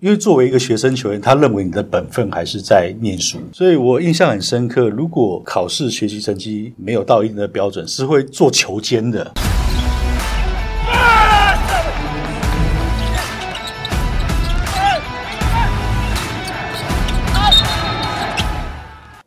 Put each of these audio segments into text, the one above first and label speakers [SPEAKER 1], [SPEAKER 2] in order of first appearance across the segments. [SPEAKER 1] 因为作为一个学生球员，他认为你的本分还是在念书，所以我印象很深刻。如果考试学习成绩没有到一定的标准，是会做球监的。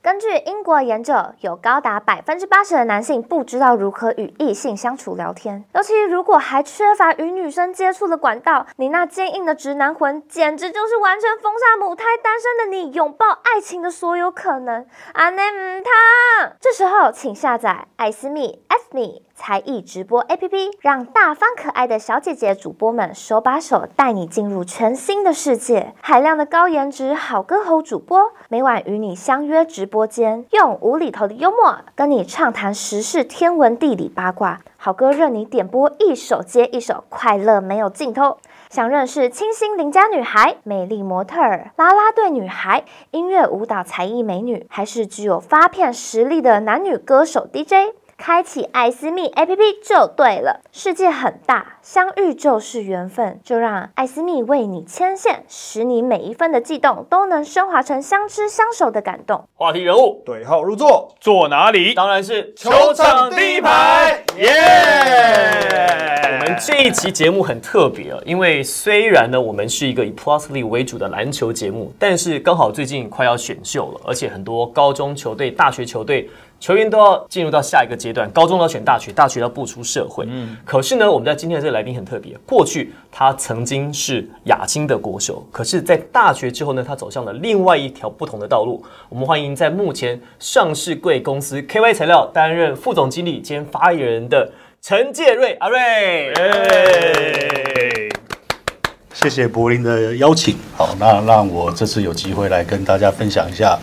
[SPEAKER 2] 根据英国研究，有高达百分之八十的男性不知道如何与异性相处聊天，尤其如果还缺乏与女生接触的管道，你那坚硬的直男魂简直就是完全封杀母胎单身的你，拥抱爱情的所有可能。阿内姆汤，这时候请下载艾斯密 F 米才艺直播 APP，让大方可爱的小姐姐主播们手把手带你进入全新的世界。海量的高颜值好歌喉主播，每晚与你相约直播间，用无厘头的幽默跟你畅谈时事、天文、地理、八卦。好歌任你点播一首接一首，快乐没有尽头。想认识清新邻家女孩、美丽模特儿、啦啦队女孩、音乐舞蹈才艺美女，还是具有发片实力的男女歌手 DJ？开启艾斯密 APP 就对了。世界很大，相遇就是缘分，就让艾斯密为你牵线，使你每一分的悸动都能升华成相知相守的感动。
[SPEAKER 3] 话题人物
[SPEAKER 4] 对号入座，
[SPEAKER 3] 坐哪里？当然是球场第一排，耶！我们这一期节目很特别哦，因为虽然呢我们是一个以 Plus League 为主的篮球节目，但是刚好最近快要选秀了，而且很多高中球队、大学球队。球员都要进入到下一个阶段，高中要选大学，大学要步出社会。嗯，可是呢，我们在今天的这个来宾很特别，过去他曾经是亚青的国手，可是，在大学之后呢，他走向了另外一条不同的道路。我们欢迎在目前上市贵公司 KY 材料担任副总经理兼发言人的陈介瑞阿瑞。
[SPEAKER 1] 谢谢柏林的邀请，好，那让我这次有机会来跟大家分享一下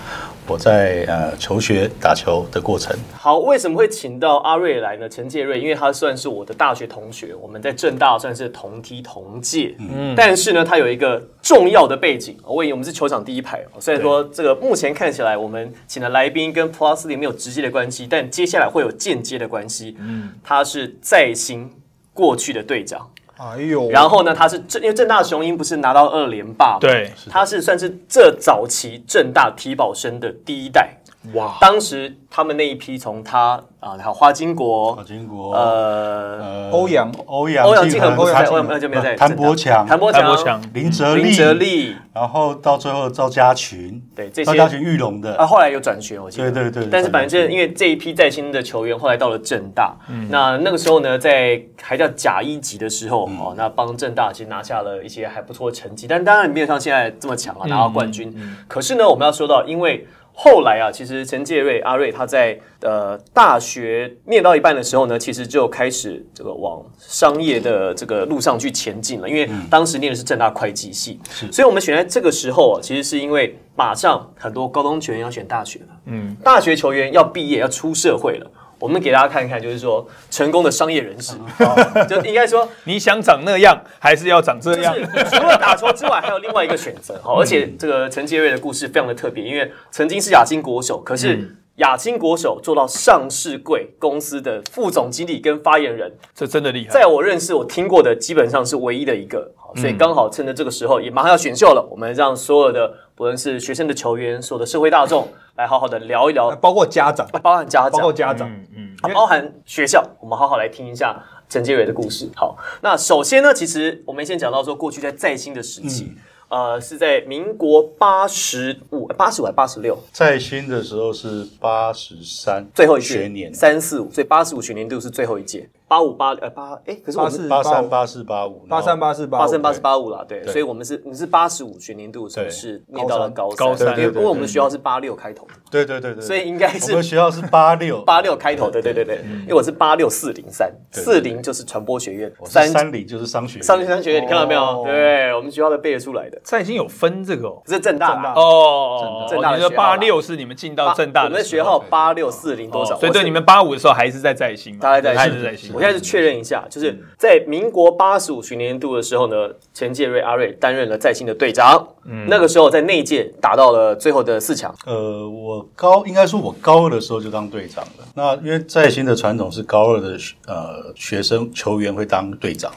[SPEAKER 1] 我在呃求学打球的过程。
[SPEAKER 3] 好，为什么会请到阿瑞来呢？陈介瑞，因为他算是我的大学同学，我们在正大算是同梯同届。嗯，但是呢，他有一个重要的背景，哦我以我们是球场第一排哦，所以说这个目前看起来，我们请的来宾跟 Plus 里没有直接的关系，但接下来会有间接的关系。嗯，他是在新过去的队长。
[SPEAKER 4] 哎呦，
[SPEAKER 3] 然后呢，他是正因为正大雄鹰不是拿到二连霸嘛，
[SPEAKER 5] 对是
[SPEAKER 3] 他是算是这早期正大体保生的第一代。哇，当时他们那一批从他啊，还有花金国，
[SPEAKER 1] 马金国、
[SPEAKER 3] 呃，
[SPEAKER 1] 呃
[SPEAKER 4] 欧阳
[SPEAKER 1] 欧阳
[SPEAKER 3] 欧阳靖恒不
[SPEAKER 1] 欧
[SPEAKER 3] 是在，
[SPEAKER 1] 阳
[SPEAKER 3] 欧阳靖恒没有在，
[SPEAKER 1] 谭伯强、
[SPEAKER 3] 谭 伯
[SPEAKER 5] 谭伯
[SPEAKER 3] 强
[SPEAKER 5] 强、
[SPEAKER 1] 林哲
[SPEAKER 3] 林
[SPEAKER 1] 立、
[SPEAKER 3] 哲立，
[SPEAKER 1] 然后到最后赵家群，
[SPEAKER 3] 对这些
[SPEAKER 1] 赵家群玉龙的
[SPEAKER 3] 啊，后来有转学，我记得。
[SPEAKER 1] 对对对对嗯
[SPEAKER 3] 但是反正因为这一批在新的球员后来到了正大，那那个时候呢，在还叫甲一级的时候，
[SPEAKER 1] 嗯
[SPEAKER 3] 哦，那帮正大其实拿下了一些还不错的成绩，但当然没有像现在这么强啊，拿到冠
[SPEAKER 1] 嗯
[SPEAKER 3] 军。可是呢，我们要说到，因为后来啊，其实陈介瑞阿瑞他在呃大学念到一半的时候呢，其实就开始这个往商业的这个路上去前进了，因为
[SPEAKER 1] 嗯
[SPEAKER 3] 当时念的是正大会计系，所以我们选在这个时候啊，其实是因为马上很多高中球员要选大学了，嗯，大学球员要毕业要出社会了。我们给大家看看，就是说成功的商业人士，
[SPEAKER 4] 嗯
[SPEAKER 3] 哦就应该 说
[SPEAKER 5] 你想长那样，还是要长这样？
[SPEAKER 3] 就是除了打球之外，还有另外一个选择哈。
[SPEAKER 4] 嗯
[SPEAKER 3] 而且这个陈杰瑞的故事非常的特别，因为曾经是亚青国手，可是
[SPEAKER 4] 嗯
[SPEAKER 3] 亚青国手做到上市贵公司的副总经理跟发言人，
[SPEAKER 5] 这真的厉害。
[SPEAKER 3] 在我认识我听过的基本上是唯一的一个。好
[SPEAKER 4] 嗯
[SPEAKER 3] 所以刚好趁着这个时候，也马上要选秀了，我们让所有的不论是学生的球员，所有的社会大众来好好的聊一聊，
[SPEAKER 4] 呃包括家长，
[SPEAKER 3] 包含家
[SPEAKER 4] 包
[SPEAKER 3] 长
[SPEAKER 4] 括，家
[SPEAKER 5] 嗯
[SPEAKER 4] 长，
[SPEAKER 3] 啊包含学校，我们好好来听一下陈杰伟的故事。好，那首先呢，其实我们先讲到说，过去在在新的时期，呃，是在民国八十五、八十五还八十六
[SPEAKER 1] 在新的时候是八十三，
[SPEAKER 3] 最后一届
[SPEAKER 1] 学年
[SPEAKER 3] 三四五，所以八十五学年度是最后一届，八五八呃八哎，可是我们
[SPEAKER 1] 八
[SPEAKER 4] 八四
[SPEAKER 1] 三、八四、八五、
[SPEAKER 4] 八三八四八
[SPEAKER 3] 八三八四八五啦，对，
[SPEAKER 1] 对
[SPEAKER 3] 所以我们是你是八十五学年度，是不
[SPEAKER 1] 对
[SPEAKER 3] 是念到了高
[SPEAKER 5] 高三
[SPEAKER 3] 因为
[SPEAKER 1] 对对对
[SPEAKER 3] 因为我们学校是八六开头的，
[SPEAKER 1] 对对对对，
[SPEAKER 3] 所以应该是
[SPEAKER 1] 我们学校是八六
[SPEAKER 3] 八六开头的，对对对，因为我是八六四零三，四零就是传播学院，
[SPEAKER 1] 三三零就是商学院
[SPEAKER 3] 上去商学院，你看到没有？
[SPEAKER 4] 哦
[SPEAKER 3] 对我们学校的背得出来的，
[SPEAKER 5] 在已经有分这个哦
[SPEAKER 3] 这是正大啦
[SPEAKER 4] 正大
[SPEAKER 5] 哦，
[SPEAKER 3] 正大的
[SPEAKER 5] 你说
[SPEAKER 3] 学号啦
[SPEAKER 5] 八六是你们进
[SPEAKER 3] 八
[SPEAKER 5] 到哦正大
[SPEAKER 3] 我
[SPEAKER 5] 的
[SPEAKER 3] 们的
[SPEAKER 5] 时
[SPEAKER 3] 学
[SPEAKER 5] 候
[SPEAKER 3] 号八六四零多少？
[SPEAKER 5] 哦所以
[SPEAKER 3] 我
[SPEAKER 5] 对
[SPEAKER 3] 是
[SPEAKER 5] 你们八五的时候还是在在新嘛，
[SPEAKER 3] 大概在
[SPEAKER 5] 还是在新。
[SPEAKER 3] 我现在是确认一下，
[SPEAKER 5] 嗯
[SPEAKER 3] 就是在民国八十五学年度的时候呢，陈介瑞阿瑞担任了在新的队长，
[SPEAKER 5] 嗯
[SPEAKER 3] 那个时候在那一届打到了最后的四强，
[SPEAKER 1] 呃，我高应该说，我高二的时候就当队长了。那因为在新的传统是高二的学呃学生球员会当队长，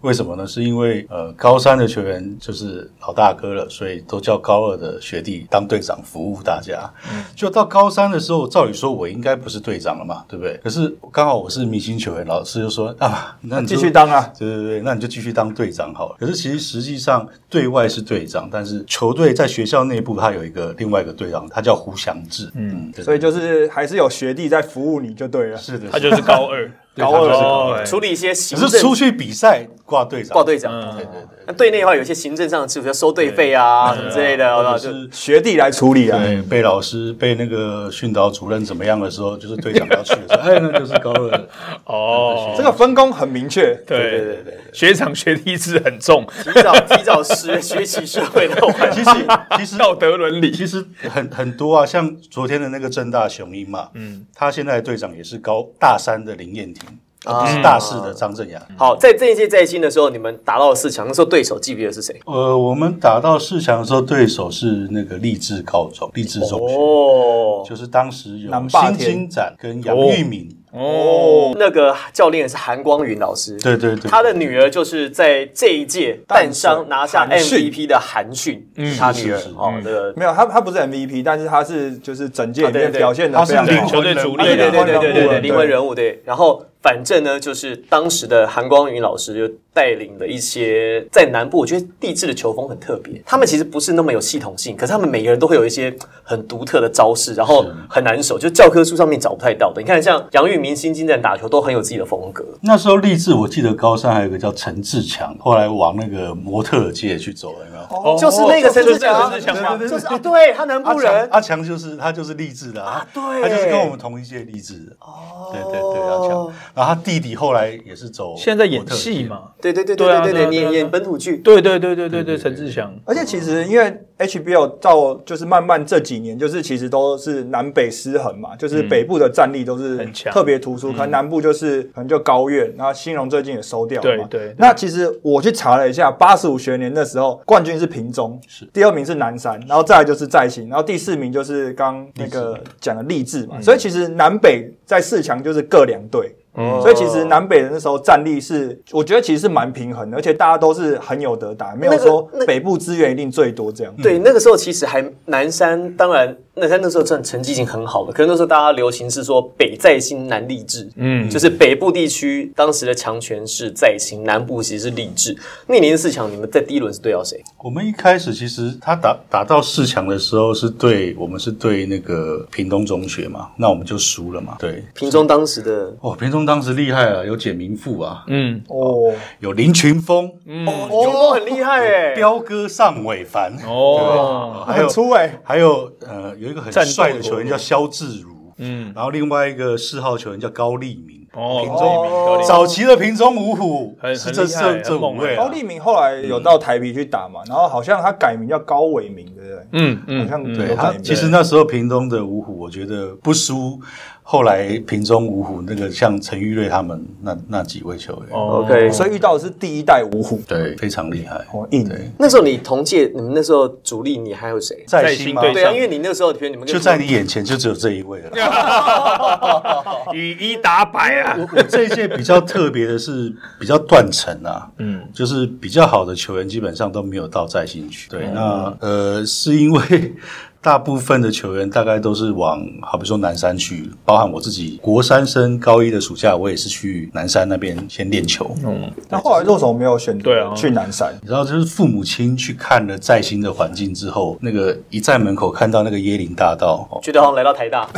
[SPEAKER 1] 为什么呢？是因为呃，高三的球员就是老大哥了，所以都叫高二的学弟当队长服务大家。
[SPEAKER 4] 嗯
[SPEAKER 1] 就到高三的时候，照理说我应该不是队长了嘛，对不对？可是刚好我是明星球员，老师就说啊，那你就
[SPEAKER 4] 继续当啊，
[SPEAKER 1] 对对对，那你就继续当队长好了。可是其实实际上对外是队长，但是球队在学校内部他有一个另外一个队长，他叫胡祥志。嗯，对
[SPEAKER 4] 所以就是还是有学弟在服务你就对了。
[SPEAKER 1] 是的，
[SPEAKER 5] 他就是高二，哦
[SPEAKER 1] 对他就是高
[SPEAKER 5] 二
[SPEAKER 3] 处理一些行
[SPEAKER 1] 只是出
[SPEAKER 3] 政
[SPEAKER 1] 去比赛挂队长，
[SPEAKER 3] 报队长。
[SPEAKER 5] 嗯
[SPEAKER 1] 对对对，
[SPEAKER 3] 那队内的话，有一些行政上的事，比如说收队费啊什么之类的，
[SPEAKER 1] 或者。
[SPEAKER 3] 哦就是
[SPEAKER 4] 学弟来处理啊，
[SPEAKER 1] 对，被老师、被那个训导主任怎么样的时候，就是队长要去的时候，哎， 那就是高二 的。
[SPEAKER 5] 哦，
[SPEAKER 4] 这个分工很明确。
[SPEAKER 5] 对对对对，学长学弟制很重，
[SPEAKER 3] 提 早提早学学习社会的环
[SPEAKER 1] 其
[SPEAKER 3] 境。
[SPEAKER 1] 实，其 实
[SPEAKER 5] 道德伦理
[SPEAKER 1] 其实很很多啊，像昨天的那个正大雄鹰嘛，嗯，他现在的队长也是高大三的林彦廷，而不是大四的张镇阳。
[SPEAKER 3] 好，在这一届在新的时候，你们打到了四强，那时候对手记不记得是谁？
[SPEAKER 1] 呃，我们打到四强的时候，对手是那个励志高中、励志中学，
[SPEAKER 3] 哦，
[SPEAKER 1] 就是当时有
[SPEAKER 4] 南霸
[SPEAKER 1] 新
[SPEAKER 4] 天
[SPEAKER 1] 金展跟杨玉敏，
[SPEAKER 5] 哦，
[SPEAKER 3] 那个教练是韩光云老师，
[SPEAKER 1] 对对对，
[SPEAKER 3] 他的女儿就是在这一届淡商拿下
[SPEAKER 4] 韩讯
[SPEAKER 3] MVP 的韩讯，他女儿
[SPEAKER 1] 是是是
[SPEAKER 3] 哦，那个
[SPEAKER 4] 没有他，他不是 MVP，但是他是就是整届里
[SPEAKER 3] 啊对
[SPEAKER 4] 面
[SPEAKER 3] 对
[SPEAKER 4] 表现的非常
[SPEAKER 1] 他是领
[SPEAKER 4] 好
[SPEAKER 1] 袖。
[SPEAKER 5] 球队主力啊
[SPEAKER 1] 对
[SPEAKER 3] 对
[SPEAKER 5] 的
[SPEAKER 3] 对对对对对
[SPEAKER 4] 对
[SPEAKER 3] 对，灵魂人物对。然后反正呢，就是当时的韩光云老师就带领了一些在南部，我觉得地质的球风很特别。他们其实不是那么有系统性，可是他们每个人都会有一些很独特的招式，然后很难守，就教科书上面找不太到的。你看，像杨玉明、新金在打球都很有自己的风格。
[SPEAKER 1] 那时候励志，我记得高三还有一个叫陈志强，后来往那个模特界去走了，有没有？
[SPEAKER 4] 哦
[SPEAKER 3] 就是那个陈志强，
[SPEAKER 5] 就是陈志强
[SPEAKER 3] 就是啊，对他啊南
[SPEAKER 1] 阿
[SPEAKER 3] 部
[SPEAKER 1] 强
[SPEAKER 3] 人，
[SPEAKER 1] 阿强就是他就是励志的啊，
[SPEAKER 3] 对
[SPEAKER 1] 他就是跟我们同一届励志的。哦，对对对，阿强。然后他弟弟后来也是走模特界，
[SPEAKER 5] 现在演戏嘛，
[SPEAKER 3] 对对对
[SPEAKER 5] 对啊
[SPEAKER 3] 对对对，
[SPEAKER 5] 对啊
[SPEAKER 3] 你
[SPEAKER 5] 对
[SPEAKER 3] 演
[SPEAKER 5] 啊
[SPEAKER 3] 演本土剧，
[SPEAKER 5] 对对对对对对，陈志祥，
[SPEAKER 4] 而且其实因为 HBO 到就是慢慢这几年，就是其实都是南北失衡嘛，就是北部的战力都是
[SPEAKER 5] 嗯很强
[SPEAKER 4] 特别突出，可能南部就是可能就高院，然后兴隆最近也收掉了嘛。
[SPEAKER 5] 对对对
[SPEAKER 4] 那其实我去查了一下，八十五学年的时候，冠军是屏中，是第二名是南山，然后再来就是在兴，然后第四名就是刚那个讲的励志嘛。
[SPEAKER 5] 嗯
[SPEAKER 4] 所以其实南北在四强就是各两队。
[SPEAKER 5] 哦
[SPEAKER 4] 所以其实南北的那时候战力是，我觉得其实是蛮平衡的，而且大家都是很有得打，没有
[SPEAKER 3] 那个
[SPEAKER 4] 说
[SPEAKER 3] 那个
[SPEAKER 4] 北部资源一定最多这样。
[SPEAKER 3] 对，那个时候其实还南山，当然南山那时候算成绩已经很好了，可是那时候大家流行是说北在兴南励志，嗯，就是北部地区当时的强权是在兴，南部其实是励志。那年四强你们在第一轮是对到谁？
[SPEAKER 1] 我们一开始其实他打打到四强的时候是对我们是对那个屏东中学嘛，那我们就输了
[SPEAKER 5] 嗯
[SPEAKER 1] 嘛。对，
[SPEAKER 3] 屏中当时的
[SPEAKER 1] 哦，屏东当时厉害啊，有简明富啊，
[SPEAKER 5] 嗯，
[SPEAKER 4] 哦，
[SPEAKER 1] 有林群峰，
[SPEAKER 3] 球风哦很厉害哎、
[SPEAKER 1] 彪哥尚伟凡，
[SPEAKER 5] 哦，
[SPEAKER 1] 还有
[SPEAKER 4] 很粗哎、
[SPEAKER 1] 还有呃，有一个很
[SPEAKER 5] 战斗
[SPEAKER 1] 帅的球员叫肖志如，嗯，然后另外一个四号球员叫高立明，
[SPEAKER 5] 哦，
[SPEAKER 1] 屏
[SPEAKER 5] 高立明高
[SPEAKER 1] 中
[SPEAKER 5] 立明
[SPEAKER 1] 早期的屏中五虎
[SPEAKER 5] 很
[SPEAKER 1] 是这
[SPEAKER 5] 很厉害
[SPEAKER 1] 这这
[SPEAKER 5] 很猛
[SPEAKER 1] 五位
[SPEAKER 4] 高
[SPEAKER 1] 啊，
[SPEAKER 4] 立明后来有到台北去打嘛，然后好像他改名叫高伟明，对不对？
[SPEAKER 5] 嗯
[SPEAKER 4] 好
[SPEAKER 5] 嗯，
[SPEAKER 4] 像
[SPEAKER 1] 对
[SPEAKER 4] 有改
[SPEAKER 1] 他
[SPEAKER 4] 名。
[SPEAKER 1] 其实那时候屏东的五虎，我觉得不输后来屏中五虎那个像陈玉瑞他们那那几位球员，
[SPEAKER 5] 哦
[SPEAKER 3] OK，所
[SPEAKER 4] 所
[SPEAKER 3] 以
[SPEAKER 4] 以遇到的是第一代五虎，
[SPEAKER 1] 对，非常厉害。
[SPEAKER 4] 哦硬。
[SPEAKER 1] 对，
[SPEAKER 3] 那时候你同届，你们那时候主力你还有谁？
[SPEAKER 1] 在
[SPEAKER 5] 在
[SPEAKER 1] 新
[SPEAKER 5] 新
[SPEAKER 1] 吗？
[SPEAKER 5] 队
[SPEAKER 3] 对啊，因为你那时候比如你们跟
[SPEAKER 1] 就在你眼前就只有这一位了。
[SPEAKER 5] 哦以一打百啊，
[SPEAKER 1] 我我这一届比较特别的是比较断层 啊，嗯，就是比较好的球员基本上都没有到在兴区。对，那呃是因为大部分的球员大概都是往好比说南山去，包含我自己国三升高一的暑假，我也是去南山那边先练球。
[SPEAKER 5] 嗯
[SPEAKER 4] 那后来为什么没有选
[SPEAKER 5] 对啊
[SPEAKER 4] 去南山？
[SPEAKER 1] 你知道，就是父母亲去看了在新的环境之后，那个一在门口看到那个椰林大道，哦
[SPEAKER 3] 觉得好像来到台大，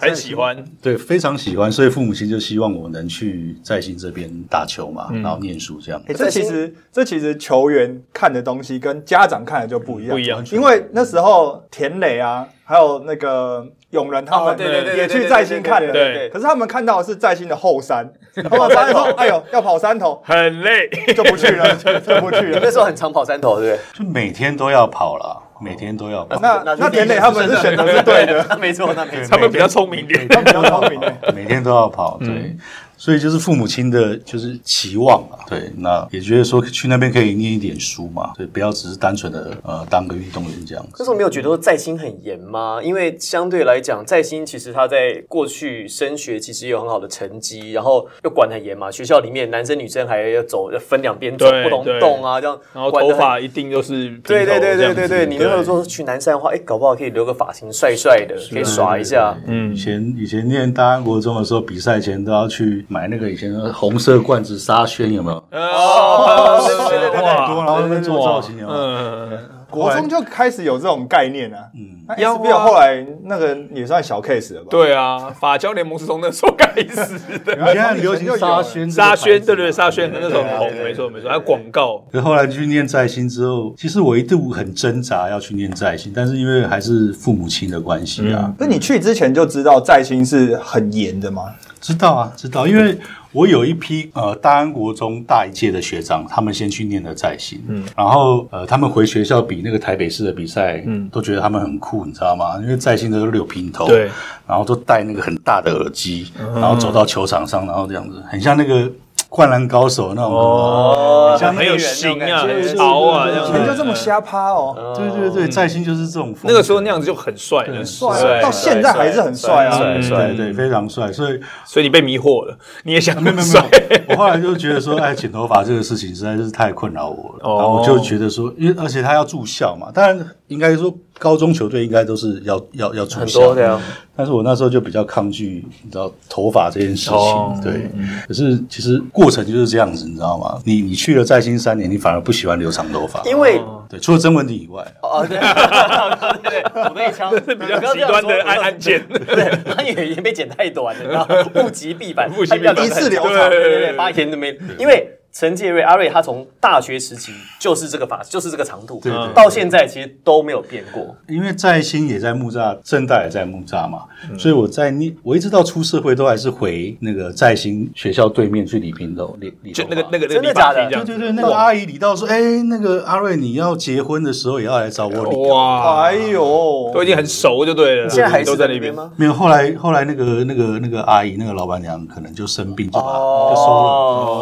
[SPEAKER 5] 很喜欢，
[SPEAKER 1] 对，非常喜欢，所以父母亲就希望我能去在新这边打球嘛，
[SPEAKER 5] 嗯
[SPEAKER 1] 然后念书这样。
[SPEAKER 4] 哎、这其实这其实球员看的东西跟家长看的就不一样，
[SPEAKER 5] 不一样
[SPEAKER 4] 因为那时候田磊啊，还有那个永仁他
[SPEAKER 3] 哦
[SPEAKER 4] 们
[SPEAKER 3] 对对对对
[SPEAKER 4] 也
[SPEAKER 3] 对
[SPEAKER 4] 去
[SPEAKER 3] 对
[SPEAKER 4] 在新看了，
[SPEAKER 5] 对对
[SPEAKER 3] 对
[SPEAKER 4] 可是他们看到的是在新的后山，他们发现说，哎呦，要跑山头
[SPEAKER 5] 很累，
[SPEAKER 4] 就不去了，就不去
[SPEAKER 3] 你们 那
[SPEAKER 4] 了。
[SPEAKER 3] 时候很常跑山头，对
[SPEAKER 1] 就每天都要跑啦，每天都要跑，
[SPEAKER 4] 那
[SPEAKER 3] 那
[SPEAKER 4] 那田磊他们是选择
[SPEAKER 3] 不
[SPEAKER 4] 是
[SPEAKER 3] 对？
[SPEAKER 4] 对的，
[SPEAKER 3] 没错，那没错。
[SPEAKER 5] 他们比较聪明一点，
[SPEAKER 4] 他们比较聪明的。
[SPEAKER 1] 每天都要跑。对，所以就是父母亲的就是期望啊，对，那也觉得说去那边可以念一点书嘛，对，不要只是单纯的呃当个运动员这样
[SPEAKER 3] 那
[SPEAKER 1] 子。
[SPEAKER 3] 时候没有觉得说在新很严吗？因为相对来讲，在新其实他在过去升学其实也有很好的成绩，然后又管得很严嘛。学校里面男生女生还要走要分两边走，
[SPEAKER 5] 对
[SPEAKER 3] 不同
[SPEAKER 5] 对
[SPEAKER 3] 洞啊，这样
[SPEAKER 5] 然后
[SPEAKER 3] 管得
[SPEAKER 5] 头
[SPEAKER 3] 很
[SPEAKER 5] 发一定就是平头
[SPEAKER 3] 对对对
[SPEAKER 5] 这样
[SPEAKER 3] 对
[SPEAKER 5] 子
[SPEAKER 3] 对对，你那时候说去南山的话，哎、搞不好可以留个发型帅帅的，可以耍一下。
[SPEAKER 1] 嗯，以前以前念大安国中的时候，比赛前都要去买那个以前的红色罐子沙宣，有没有？
[SPEAKER 5] 哦，对对对
[SPEAKER 1] 很多，然后那边做造型有没有？
[SPEAKER 5] 嗯，
[SPEAKER 4] 国中就开始有这种概念啊。嗯，那
[SPEAKER 5] 要啊
[SPEAKER 4] SBL 后来那个也算小 case 了吧？，
[SPEAKER 5] 对啊，法教联盟是从那时候开始的。
[SPEAKER 1] 你现在很流行沙宣，
[SPEAKER 5] 沙宣，对对对，
[SPEAKER 1] 对。
[SPEAKER 5] 沙宣那时候很红，没错没错，还有广告，
[SPEAKER 1] 可是后来去念在新之后，其实我一度很挣扎要去念在新，但是因为还是父母亲的关系啊，
[SPEAKER 4] 那你去之前就知道在新是很严的吗？
[SPEAKER 1] 知道啊，知道，因为我有一批呃大安国中大一届的学长，他们先去念的在新，嗯，然后呃他们回学校比那个台北市的比赛，嗯，都觉得他们很酷，你知道吗？因为在新的都留平头，
[SPEAKER 5] 对，嗯
[SPEAKER 1] 然后都戴那个很大的耳机，然后走到球场上，然后这样子，很像那个灌篮高手那种，
[SPEAKER 3] 哦
[SPEAKER 1] 像
[SPEAKER 5] 很
[SPEAKER 1] 那
[SPEAKER 5] 有
[SPEAKER 1] 个
[SPEAKER 5] 型啊，
[SPEAKER 3] 很有
[SPEAKER 5] 很
[SPEAKER 3] 型
[SPEAKER 5] 潮啊，
[SPEAKER 1] 嗯
[SPEAKER 5] 这
[SPEAKER 4] 以
[SPEAKER 5] 样子
[SPEAKER 4] 前就这么瞎趴哦，
[SPEAKER 1] 对对对，在新就是这种风格，
[SPEAKER 5] 那个时候那样子就很帅了，
[SPEAKER 4] 帅
[SPEAKER 3] 帅
[SPEAKER 4] 啊，到现在还是很帅啊。
[SPEAKER 3] 帅帅
[SPEAKER 1] 嗯对对，非常帅，所以
[SPEAKER 5] 所以你被迷惑了，你也想
[SPEAKER 1] 没有 没有没
[SPEAKER 5] 帅。
[SPEAKER 1] 有，我后来就觉得说，哎，剪头发这个事情实在是太困扰我了。
[SPEAKER 5] 哦
[SPEAKER 1] 然后我就觉得说，因为而且他要住校嘛，当然应该说高中球队应该都是要要要住
[SPEAKER 3] 很
[SPEAKER 1] 校
[SPEAKER 3] 多这样，
[SPEAKER 1] 但是我那时候就比较抗拒，你知道头发这件事情，
[SPEAKER 5] 哦
[SPEAKER 1] 对。可是其实过程就是这样子，你知道吗？你你去了在新三年，你反而不喜欢留长头发，
[SPEAKER 3] 因为
[SPEAKER 1] 对，哦除了曾文鼎以外，
[SPEAKER 3] 哦，对对对，我那一枪
[SPEAKER 5] 这是比较极端的按按，键，
[SPEAKER 3] 不要这样说对，他也已经被剪太短了，然后物极必反，
[SPEAKER 5] 物极必反
[SPEAKER 3] 他
[SPEAKER 4] 一次疗程
[SPEAKER 3] 对对对，八天都没，因为。陈介瑞、阿瑞，他从大学时期就是这个发，就是这个长度，
[SPEAKER 1] 对对对
[SPEAKER 3] 到现在其实都没有变过。
[SPEAKER 1] 因为在新也在木栅，正大也在木栅嘛，所以我在念，我一直到出社会都还是回那个在新学校对面去理平楼理理
[SPEAKER 5] 就
[SPEAKER 1] 头
[SPEAKER 5] 那个
[SPEAKER 1] 发
[SPEAKER 5] 那个那个
[SPEAKER 3] 真的
[SPEAKER 5] 理发
[SPEAKER 3] 假的
[SPEAKER 5] 厅这样
[SPEAKER 1] 对
[SPEAKER 5] 子
[SPEAKER 1] 对对，那个阿姨理到说，哎，那个阿瑞你要结婚的时候也要来找我理。
[SPEAKER 5] 哇，
[SPEAKER 4] 哎
[SPEAKER 1] 嗯
[SPEAKER 4] 呦，
[SPEAKER 5] 都已经很熟就对了。
[SPEAKER 3] 现在还是
[SPEAKER 5] 都在
[SPEAKER 3] 那
[SPEAKER 5] 那
[SPEAKER 3] 边
[SPEAKER 5] 边？
[SPEAKER 3] 吗？
[SPEAKER 1] 没有，后来后来那个那个那个阿姨那个老板娘可能就生病，就把
[SPEAKER 3] 哦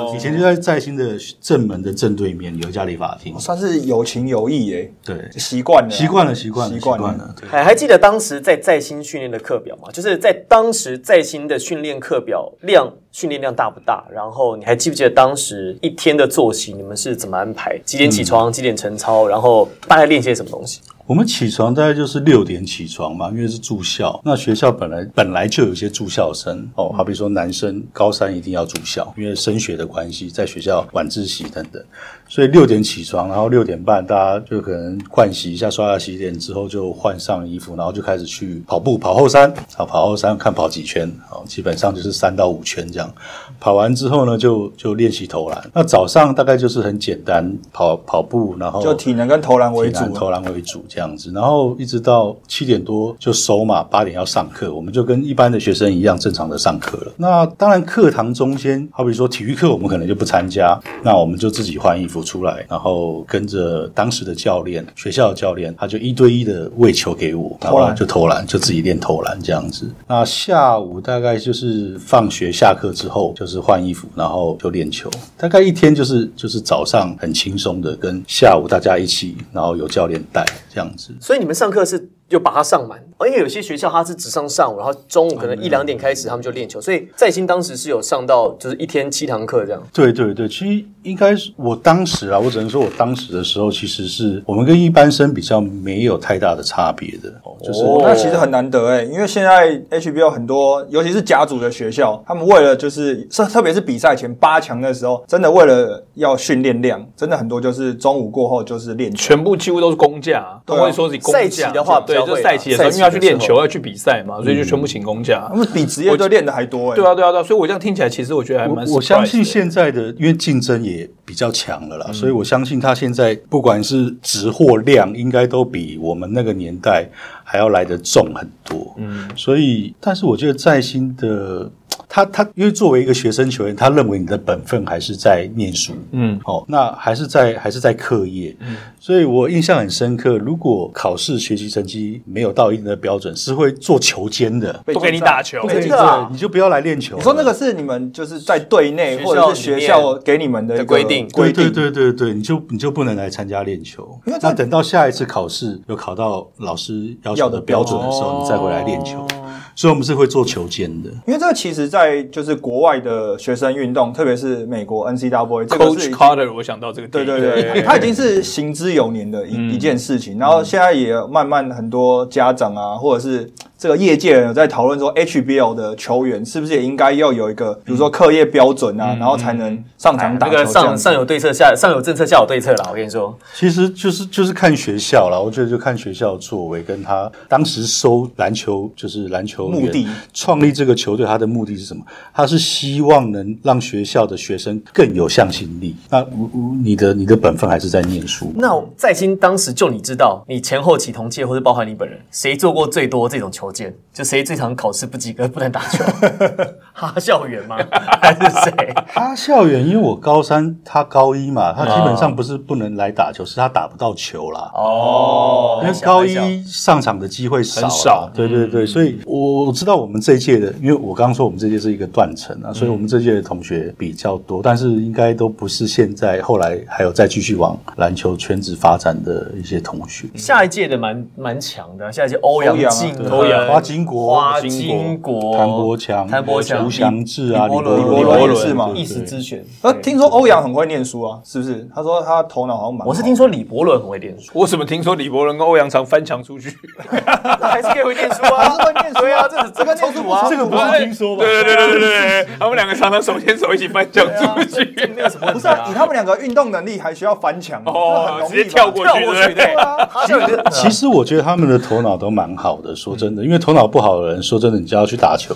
[SPEAKER 1] 就收了。以前就在在新的正门的正对面有一家理发厅，
[SPEAKER 4] 算是有情有义耶，
[SPEAKER 1] 对，
[SPEAKER 4] 习惯哦了啊，
[SPEAKER 1] 习惯了习惯了
[SPEAKER 4] 习
[SPEAKER 1] 习
[SPEAKER 4] 惯
[SPEAKER 1] 惯了，对。
[SPEAKER 3] 还还记得当时在在新训练的课表吗？就是在当时在新的训练课表量训练量大不大？然后你还记不记得当时一天的作息你们是怎么安排？几点起床？几点晨操？然后大概练些什么东西？
[SPEAKER 1] 我们起床大概就是六点起床嘛，因为是住校。那学校本来本来就有一些住校生哦，好比说男生高三一定要住校，因为升学的关系，在学校晚自习等等。所以六点起床，然后六点半大家就可能盥洗一下，刷牙洗脸之后就换上衣服，然后就开始去跑步，跑后山，好跑后山看跑几圈，好基本上就是三到五圈这样。跑完之后呢，就就练习投篮。那早上大概就是很简单，跑跑步，然后
[SPEAKER 4] 就体能跟投篮为
[SPEAKER 1] 以篮
[SPEAKER 4] 主。
[SPEAKER 1] 投篮为主这样子，然后一直到七点多就收嘛，八点要上课，我们就跟一般的学生一样正常的上课了。那当然课堂中间，好比说体育课，我们可能就不参加，那我们就自己换衣服出来，然后跟着当时的教练，学校的教练，他就一对一的喂球给我，然
[SPEAKER 4] 投
[SPEAKER 1] 后
[SPEAKER 4] 篮
[SPEAKER 1] 就投篮，就自己练投篮这样子。那下午大概就是放学下课之后，就是换衣服，然后就练球。大概一天就是就是早上很轻松的，跟下午大家一起，然后有教练带这样子。
[SPEAKER 3] 所以你们上课是就把它上满，哦因为有些学校它是只上上午，然后中午可能一两点开始他们就练球，所以在新当时是有上到就是一天七堂课这样。
[SPEAKER 1] 对对对，其实应该是我当时啊，我只能说我当时的时候，其实是我们跟一般生比较没有太大的差别的，哦就是、
[SPEAKER 4] 哦，那其实很难得哎，因为现在 HBO 很多，尤其是甲组的学校，他们为了就是，特特别是比赛前八强的时候，真的为了要训练量，真的很多就是中午过后就是练球。
[SPEAKER 5] 全部几乎都是工假，都
[SPEAKER 4] 对啊
[SPEAKER 5] 会说是工
[SPEAKER 3] 赛期
[SPEAKER 5] 假
[SPEAKER 3] 的话比
[SPEAKER 5] 对，
[SPEAKER 3] 较
[SPEAKER 5] 就
[SPEAKER 3] 会啊
[SPEAKER 5] 赛期的时候，
[SPEAKER 3] 赛
[SPEAKER 5] 因
[SPEAKER 3] 期
[SPEAKER 5] 为要去练
[SPEAKER 3] 的时
[SPEAKER 5] 球，
[SPEAKER 3] 候
[SPEAKER 5] 要去比赛嘛，所以就全部请工假
[SPEAKER 4] 他。们比职业队练的还多哎。
[SPEAKER 5] 对啊，对啊，对啊，所以我这样听起来，其实我觉得还蛮
[SPEAKER 1] 我我相
[SPEAKER 5] surprise 的
[SPEAKER 1] 信现在的，因为竞争也比较强了啦，所以我相信它现在不管是值或量，应该都比我们那个年代还要来得重很多。嗯，所以，但是我觉得在新的。他他因为作为一个学生球员，他认为你的本分还是在念书，
[SPEAKER 4] 嗯，
[SPEAKER 1] 哦，那还是在还是在课业，所以我印象很深刻。如果考试学习成绩没有到一定的标准，是会做球监的。
[SPEAKER 4] 被
[SPEAKER 5] 不给你打球
[SPEAKER 4] 不给你
[SPEAKER 1] 对
[SPEAKER 3] 真的啊
[SPEAKER 4] 打。
[SPEAKER 1] 对，你就不要来练球了。
[SPEAKER 4] 你说那个是你们就是在队内
[SPEAKER 3] 学校
[SPEAKER 4] 或者是学
[SPEAKER 3] 里
[SPEAKER 4] 校
[SPEAKER 3] 面
[SPEAKER 4] 给你们的一个
[SPEAKER 3] 的规定
[SPEAKER 4] 规定，
[SPEAKER 1] 对对对对对，你就你就不能来参加练球。
[SPEAKER 4] 因为这
[SPEAKER 1] 那等到下一次考试有考到老师要求的标准的时候，你再回来练球。所以我们是会做球监的。
[SPEAKER 4] 因为这个其实，在就是国外的学生运动，特别是美国 NCAA 这个是
[SPEAKER 5] Coach
[SPEAKER 4] 已
[SPEAKER 5] Carter，我想到这个电
[SPEAKER 4] 对
[SPEAKER 5] 影，
[SPEAKER 4] 对对，它已经是行之有年的一、一件事情。然后现在也慢慢很多家长啊，或者是这个业界人有在讨论说，HBL 的球员是不是也应该要有一个，比如说课业标准啊，然后才能上场打
[SPEAKER 3] 哎那个
[SPEAKER 4] 球这样子。
[SPEAKER 3] 上上有对策下上有政策下有对策啦，我跟你说，
[SPEAKER 1] 其实就是就是看学校啦，我觉得就看学校的作为跟他当时收篮球就是篮球员
[SPEAKER 4] 目的
[SPEAKER 1] 创立这个球队，他的目的是什么？他是希望能让学校的学生更有向心力。那如如你的你的本分还是在念书。
[SPEAKER 3] 那在新当时就你知道，你前后起同届或是包含你本人，谁做过最多这种球件？就谁最常考试不及格不能打球？哈校园吗？ 还是谁？
[SPEAKER 1] 他校园，因为我高三，他高一嘛，
[SPEAKER 3] 嗯
[SPEAKER 1] 他基本上不是不能来打球，是他打不到球啦。
[SPEAKER 3] 哦
[SPEAKER 1] 因为高一上场的机会少啦，
[SPEAKER 5] 很
[SPEAKER 3] 嗯
[SPEAKER 5] 少
[SPEAKER 1] 对对对，所以我我知道我们这一届的，因为我刚刚说我们这届是一个断层
[SPEAKER 3] 嗯
[SPEAKER 1] 啊，所以我们这届的同学比较多，但是应该都不是现在后来还有再继续往篮球圈子发展的一些同学。
[SPEAKER 3] 下一届的蛮蛮强的，下一届欧
[SPEAKER 4] 欧阳
[SPEAKER 3] 阳
[SPEAKER 4] 啊
[SPEAKER 3] 靖、
[SPEAKER 4] 对
[SPEAKER 5] 欧阳
[SPEAKER 1] 花金国
[SPEAKER 3] 花
[SPEAKER 5] 金
[SPEAKER 3] 金国、
[SPEAKER 1] 谭伯强、
[SPEAKER 3] 谭伯强、
[SPEAKER 1] 吴祥志啊、
[SPEAKER 3] 李
[SPEAKER 1] 李
[SPEAKER 3] 波
[SPEAKER 1] 伯
[SPEAKER 3] 伦、
[SPEAKER 4] 伯
[SPEAKER 1] 伦
[SPEAKER 4] 伦也是嘛
[SPEAKER 1] 对
[SPEAKER 3] 一时之选。
[SPEAKER 4] 呃，
[SPEAKER 3] 对
[SPEAKER 4] 听说欧阳很会念书啊，是不是？他说他头脑好像蛮好……
[SPEAKER 3] 我是听说李伯伦很会念书，
[SPEAKER 5] 我怎么听说李伯伦跟欧阳常翻墙出去？
[SPEAKER 3] 还是可以会念书
[SPEAKER 4] 还是
[SPEAKER 3] 啊？
[SPEAKER 4] 会念书
[SPEAKER 3] 对啊，这这个
[SPEAKER 4] 跟念
[SPEAKER 3] 冲
[SPEAKER 4] 书
[SPEAKER 3] 突
[SPEAKER 4] 不
[SPEAKER 3] 啊，
[SPEAKER 1] 这个不是听说吧？
[SPEAKER 5] 对对对对对对，他们两个常常手牵手一起翻墙出去，
[SPEAKER 3] 没有什么
[SPEAKER 4] 不
[SPEAKER 3] 问
[SPEAKER 4] 是
[SPEAKER 3] 题
[SPEAKER 4] 啊，以
[SPEAKER 3] 啊。
[SPEAKER 4] 他们两个运动能力还需要翻墙，这很
[SPEAKER 5] 哦，
[SPEAKER 4] 容易
[SPEAKER 5] 直
[SPEAKER 4] 吧
[SPEAKER 5] 接跳过去，
[SPEAKER 3] 跳过
[SPEAKER 5] 对
[SPEAKER 3] 去
[SPEAKER 5] 不对？
[SPEAKER 3] 哈校园
[SPEAKER 4] 啊
[SPEAKER 3] 真的
[SPEAKER 1] 其实我觉得他们的头脑都蛮好
[SPEAKER 4] 嗯
[SPEAKER 1] 的，说真的，因为头脑不好的人，说真的，你就要去打球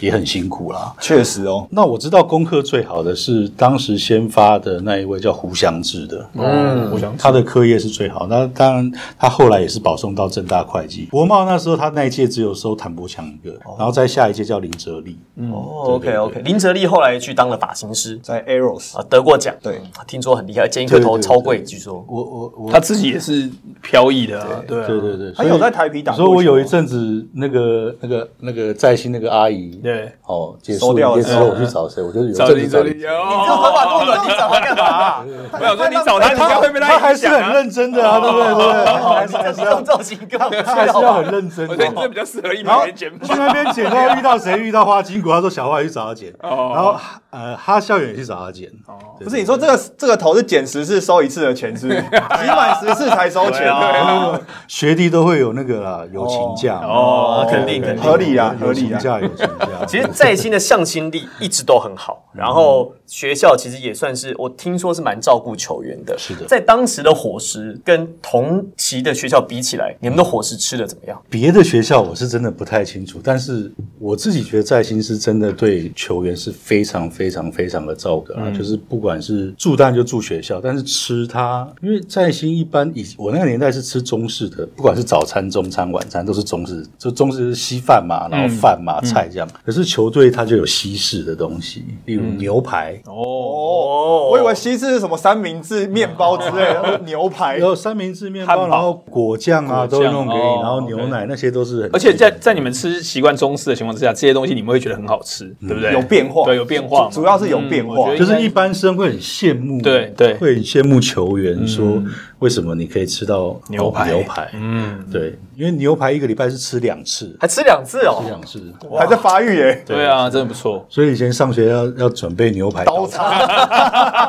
[SPEAKER 1] 也很辛苦啦。
[SPEAKER 4] 确实哦，
[SPEAKER 1] 那我知道功课最好的是当时先发的那一位叫胡祥志的，哦
[SPEAKER 5] 嗯，我想
[SPEAKER 1] 他的课业是最好。那当然，他后来也是保送到正大会计。国贸那时候他那一届只有收谭伯强一个，
[SPEAKER 4] 哦
[SPEAKER 1] 然后再下一届叫林哲立。
[SPEAKER 3] 哦，OK OK，林哲立后来去当了发型师
[SPEAKER 4] 在 Arrows
[SPEAKER 3] 啊，得过奖，
[SPEAKER 4] 对，
[SPEAKER 3] 听说很厉害，剪一颗头
[SPEAKER 1] 对对对
[SPEAKER 3] 超贵，据说。
[SPEAKER 1] 我我我，
[SPEAKER 5] 他自己也是飘逸的啊，对啊
[SPEAKER 1] 对对对，
[SPEAKER 4] 他
[SPEAKER 1] 所以
[SPEAKER 4] 有在台皮打
[SPEAKER 1] 你
[SPEAKER 4] 过球啊。
[SPEAKER 1] 说我有一阵子那个那个那个在新那个阿姨，
[SPEAKER 5] 对，
[SPEAKER 1] 哦，结
[SPEAKER 4] 收
[SPEAKER 1] 束
[SPEAKER 4] 掉
[SPEAKER 1] 营
[SPEAKER 4] 了
[SPEAKER 1] 业之后我去找谁，我就是有一
[SPEAKER 5] 找
[SPEAKER 1] 阵
[SPEAKER 5] 林
[SPEAKER 1] 子
[SPEAKER 5] 哲
[SPEAKER 1] 找
[SPEAKER 5] 立
[SPEAKER 1] 林，
[SPEAKER 5] 哦，
[SPEAKER 4] 头发多短，你找他干嘛？
[SPEAKER 5] 我想说你找他，你应该会被
[SPEAKER 1] 他还
[SPEAKER 5] 影
[SPEAKER 1] 是
[SPEAKER 5] 响
[SPEAKER 1] 很
[SPEAKER 5] 啊。
[SPEAKER 1] 认真的啊，对不对？对不对？
[SPEAKER 3] 哦，你这你这 种造型跟我知
[SPEAKER 1] 他还是
[SPEAKER 3] 道
[SPEAKER 1] 要
[SPEAKER 3] 吧
[SPEAKER 1] 很认真的。
[SPEAKER 5] 我觉得你这比较适合一
[SPEAKER 1] 然后
[SPEAKER 5] 美元
[SPEAKER 1] 去
[SPEAKER 5] 减法。
[SPEAKER 1] 那边剪，然后遇到谁遇到花金果，他说小花去找他剪，然后呃哈校园也去找他剪，
[SPEAKER 4] 不是你说这个这个头是减十次收一次的钱， 是不是？集满十次才收钱
[SPEAKER 5] 啊对，啊
[SPEAKER 1] 学弟都会有那个啦，友情价嘛
[SPEAKER 5] 哦
[SPEAKER 3] 肯定
[SPEAKER 1] 对
[SPEAKER 3] 肯定
[SPEAKER 4] 合理啊
[SPEAKER 1] 有
[SPEAKER 4] 合理啊
[SPEAKER 1] 情价有情价。
[SPEAKER 3] 其实在新的向心力一直都很好，然后学校其实也算是我听说是蛮照顾球员的。
[SPEAKER 1] 是的
[SPEAKER 3] 在当时的伙食跟同期的学校比起来，你们的伙食吃的怎么样？
[SPEAKER 1] 别的学校我是真的不太清楚，但是我自己觉得在新是真的对球员是非常非常非常的照顾啊，
[SPEAKER 5] 嗯
[SPEAKER 1] 就是不管是住当然就住学校，但是吃它，因为在新一般以我那个年代是吃中式的，不管是早餐、中餐、晚餐都是中式，就中式是稀饭嘛，然后饭嘛、菜这样，
[SPEAKER 5] 嗯
[SPEAKER 1] 可是球队它就有西式的东西，例如牛排，
[SPEAKER 4] 哦，我以为西式是什么三明治、面包之类
[SPEAKER 5] 嗯
[SPEAKER 4] 的，牛排
[SPEAKER 1] 然。后哦三明治面包，
[SPEAKER 5] 汉堡
[SPEAKER 1] 然后果酱啊
[SPEAKER 5] 果酱
[SPEAKER 1] 都弄给你，
[SPEAKER 5] 哦
[SPEAKER 1] 然后牛奶那些都是很，
[SPEAKER 5] 而且在在你们吃习惯中式的情况之下，这些东西你们会觉得很好吃，
[SPEAKER 1] 嗯
[SPEAKER 5] 对不对？
[SPEAKER 4] 有变化
[SPEAKER 5] 对，有变化嘛，
[SPEAKER 4] 主主要是有变化
[SPEAKER 5] 嗯我觉得
[SPEAKER 1] 就是一般生会很羡慕，
[SPEAKER 5] 对对
[SPEAKER 1] 会很羡慕球员说为什么你可以吃到哦
[SPEAKER 5] 牛排
[SPEAKER 1] 牛排，
[SPEAKER 5] 嗯，
[SPEAKER 1] 对，因为牛排一个礼拜是吃两次，
[SPEAKER 3] 还吃两次哦
[SPEAKER 1] 吃，两次，
[SPEAKER 4] 还在发育
[SPEAKER 1] 嗯
[SPEAKER 4] 耶，
[SPEAKER 5] 对啊，真的不错。
[SPEAKER 1] 所以以前上学要要准备牛排
[SPEAKER 4] 刀，叉，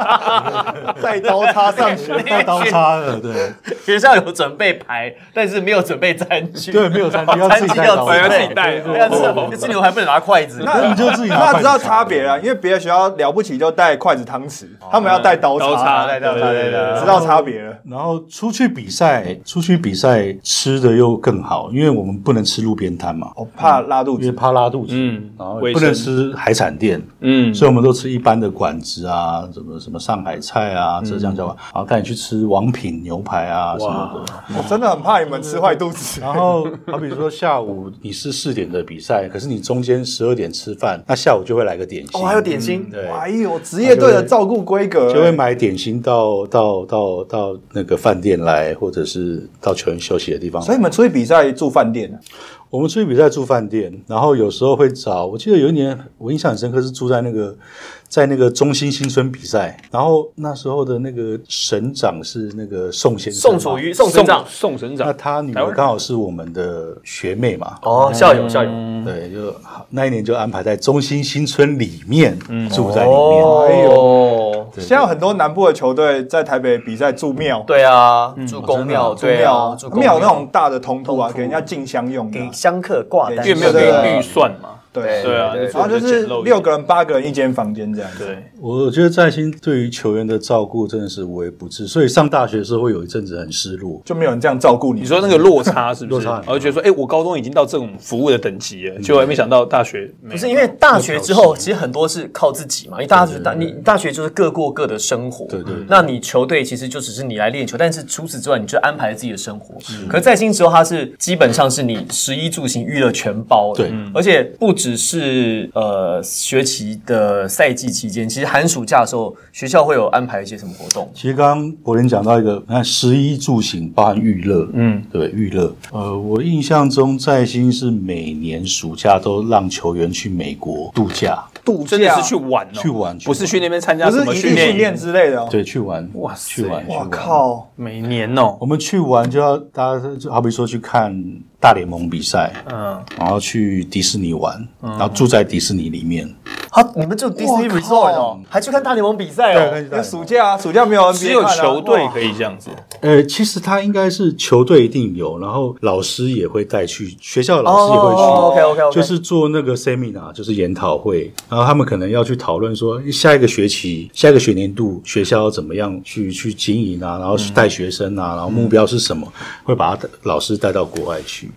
[SPEAKER 4] 带刀叉上学，
[SPEAKER 1] 带刀叉的，对
[SPEAKER 3] 学校有准备牌，但是没有准备餐具。
[SPEAKER 1] 对，没有餐具要自
[SPEAKER 3] 哦餐
[SPEAKER 1] 己
[SPEAKER 3] 具
[SPEAKER 1] 带
[SPEAKER 3] 要
[SPEAKER 1] 刀
[SPEAKER 3] 准
[SPEAKER 5] 自
[SPEAKER 3] 备
[SPEAKER 5] 己，带
[SPEAKER 3] 对要吃吃牛还不能拿筷子。
[SPEAKER 1] 那你就自己拿
[SPEAKER 4] 那知道
[SPEAKER 1] 筷子
[SPEAKER 4] 差别啊了，因为别的学校了不起就带筷子、汤匙，他们要带刀
[SPEAKER 5] 哦刀叉
[SPEAKER 4] 叉，啊
[SPEAKER 5] 带刀叉
[SPEAKER 4] 对对
[SPEAKER 5] 对对对
[SPEAKER 4] 知道差别了。
[SPEAKER 1] 然后出去比赛，出去比赛吃的又更好，因为我们不能吃路边摊嘛，
[SPEAKER 4] 我怕拉肚
[SPEAKER 1] 因为
[SPEAKER 4] 子，
[SPEAKER 1] 怕拉肚子，
[SPEAKER 5] 嗯
[SPEAKER 1] 然后
[SPEAKER 5] 卫
[SPEAKER 1] 不能
[SPEAKER 5] 生
[SPEAKER 1] 吃海产店，
[SPEAKER 5] 嗯，
[SPEAKER 1] 所以所以我们都吃一般的馆子啊，什么什么上海菜啊、浙江小馆，然后带你去吃王品牛排啊什么的。
[SPEAKER 4] 我真的很怕你们吃坏肚子。
[SPEAKER 1] 然后，好比说下午你是四点的比赛，可是你中间十二点吃饭，那下午就会来个点心，
[SPEAKER 3] 哦，还有点心，
[SPEAKER 1] 对，
[SPEAKER 4] 哎呦，职业队的照顾规格、
[SPEAKER 1] 就会买点心到到到到那个饭店来，或者是到球员休息的地方来。
[SPEAKER 4] 所以你们出去比赛住饭店啊，
[SPEAKER 1] 我们出去比赛住饭店，然后有时候会找。我记得有一年我印象很深刻，是住在那个在那个中心新村比赛，然后那时候的那个省长是那个宋先生，
[SPEAKER 3] 宋楚瑜、宋省长，
[SPEAKER 5] 宋省
[SPEAKER 1] 那
[SPEAKER 5] 长，
[SPEAKER 1] 他女
[SPEAKER 5] 台湾
[SPEAKER 1] 儿
[SPEAKER 5] 人
[SPEAKER 1] 刚好是我们的学妹嘛，
[SPEAKER 3] 哦，校友校友，
[SPEAKER 1] 对，就那一年就安排在中心新村里面、住在里面。
[SPEAKER 3] 嗯哦，
[SPEAKER 4] 哎
[SPEAKER 3] 呦，
[SPEAKER 4] 现在有很多南部的球队在台北比赛住庙，
[SPEAKER 3] 对啊，住公庙，
[SPEAKER 4] 住
[SPEAKER 3] 对啊，
[SPEAKER 4] 庙
[SPEAKER 3] 住公
[SPEAKER 4] 庙那种大的通铺啊，
[SPEAKER 3] 通铺
[SPEAKER 4] 给人家进香用的啊
[SPEAKER 3] 给，香客挂单，
[SPEAKER 5] 因为没有
[SPEAKER 4] 对
[SPEAKER 5] 给
[SPEAKER 4] 对啊
[SPEAKER 5] 预算嘛，
[SPEAKER 4] 对
[SPEAKER 5] 对啊，
[SPEAKER 3] 对
[SPEAKER 4] 然后
[SPEAKER 5] 所
[SPEAKER 4] 就
[SPEAKER 5] 以
[SPEAKER 4] 是
[SPEAKER 5] 简陋一点
[SPEAKER 4] 六个人、八个人一间房间这样子。
[SPEAKER 5] 对，
[SPEAKER 1] 我觉得在兴对于球员的照顾真的是无微不至，所以上大学的时候会有一阵子很失落。
[SPEAKER 4] 就没有人这样照顾你。
[SPEAKER 5] 你说那个落差是不
[SPEAKER 1] 落
[SPEAKER 5] 是？
[SPEAKER 1] 差
[SPEAKER 5] 然
[SPEAKER 1] 很大嗯
[SPEAKER 5] 后觉得说，哎，我高中已经到这种服务的等级了，结果还没想到大学没有，
[SPEAKER 3] 不是因为大学之后，其实很多是靠自己嘛。因为大学大你大学就是各过各的生活，对
[SPEAKER 1] 对对
[SPEAKER 3] 那你球队其实就只是你来练球，但是除此之外，你就安排自己的生活。可是在新之后，它是基本上是你食衣住行娱乐全包的，
[SPEAKER 1] 对嗯
[SPEAKER 3] 而且不只是呃学期的赛季期间，其实寒暑假的时候，学校会有安排一些什么活动。
[SPEAKER 1] 其实刚刚柏林讲到一个，你看食衣住行包含娱乐，嗯，对，娱乐。呃，我印象中在兴是每年暑假都让球员去美国度假，
[SPEAKER 5] 度真的是去玩哦，
[SPEAKER 1] 去玩去玩
[SPEAKER 5] 不是去那边参加
[SPEAKER 4] 啊不
[SPEAKER 5] 什
[SPEAKER 4] 是
[SPEAKER 5] 么
[SPEAKER 4] 异地啊
[SPEAKER 5] 训
[SPEAKER 4] 训
[SPEAKER 5] 练
[SPEAKER 4] 练
[SPEAKER 5] 营，
[SPEAKER 4] 之类的哦。
[SPEAKER 1] 对，去玩，
[SPEAKER 5] 哇塞
[SPEAKER 1] 去玩，去
[SPEAKER 4] 哇
[SPEAKER 1] 玩！
[SPEAKER 4] 靠！
[SPEAKER 5] 每年哦，
[SPEAKER 1] 我们去玩就要大家就好比说去看大联盟比赛，
[SPEAKER 5] 嗯，
[SPEAKER 1] 然后去迪士尼玩，然后住在迪士尼里面，
[SPEAKER 3] 好，你们就 Disney
[SPEAKER 4] 哇靠
[SPEAKER 3] Resort 哦，还去看大联盟比赛哦。
[SPEAKER 4] 那暑假啊，暑假没有 NBA，
[SPEAKER 5] 只有
[SPEAKER 4] 看啊
[SPEAKER 5] 球队
[SPEAKER 4] 哇
[SPEAKER 5] 可以这样子，
[SPEAKER 1] 呃，其实他应该是球队一定有，然后老师也会带去，学校的老师也会去。
[SPEAKER 3] OK OK OK，
[SPEAKER 1] 哦就是做那个 seminar，就是研讨会，然后他们可能要去讨论说下一个学期、下一个学年度学校要怎么样去去经营啊，然后去带学生啊，然后目标是什么，会把他老师带到国外去。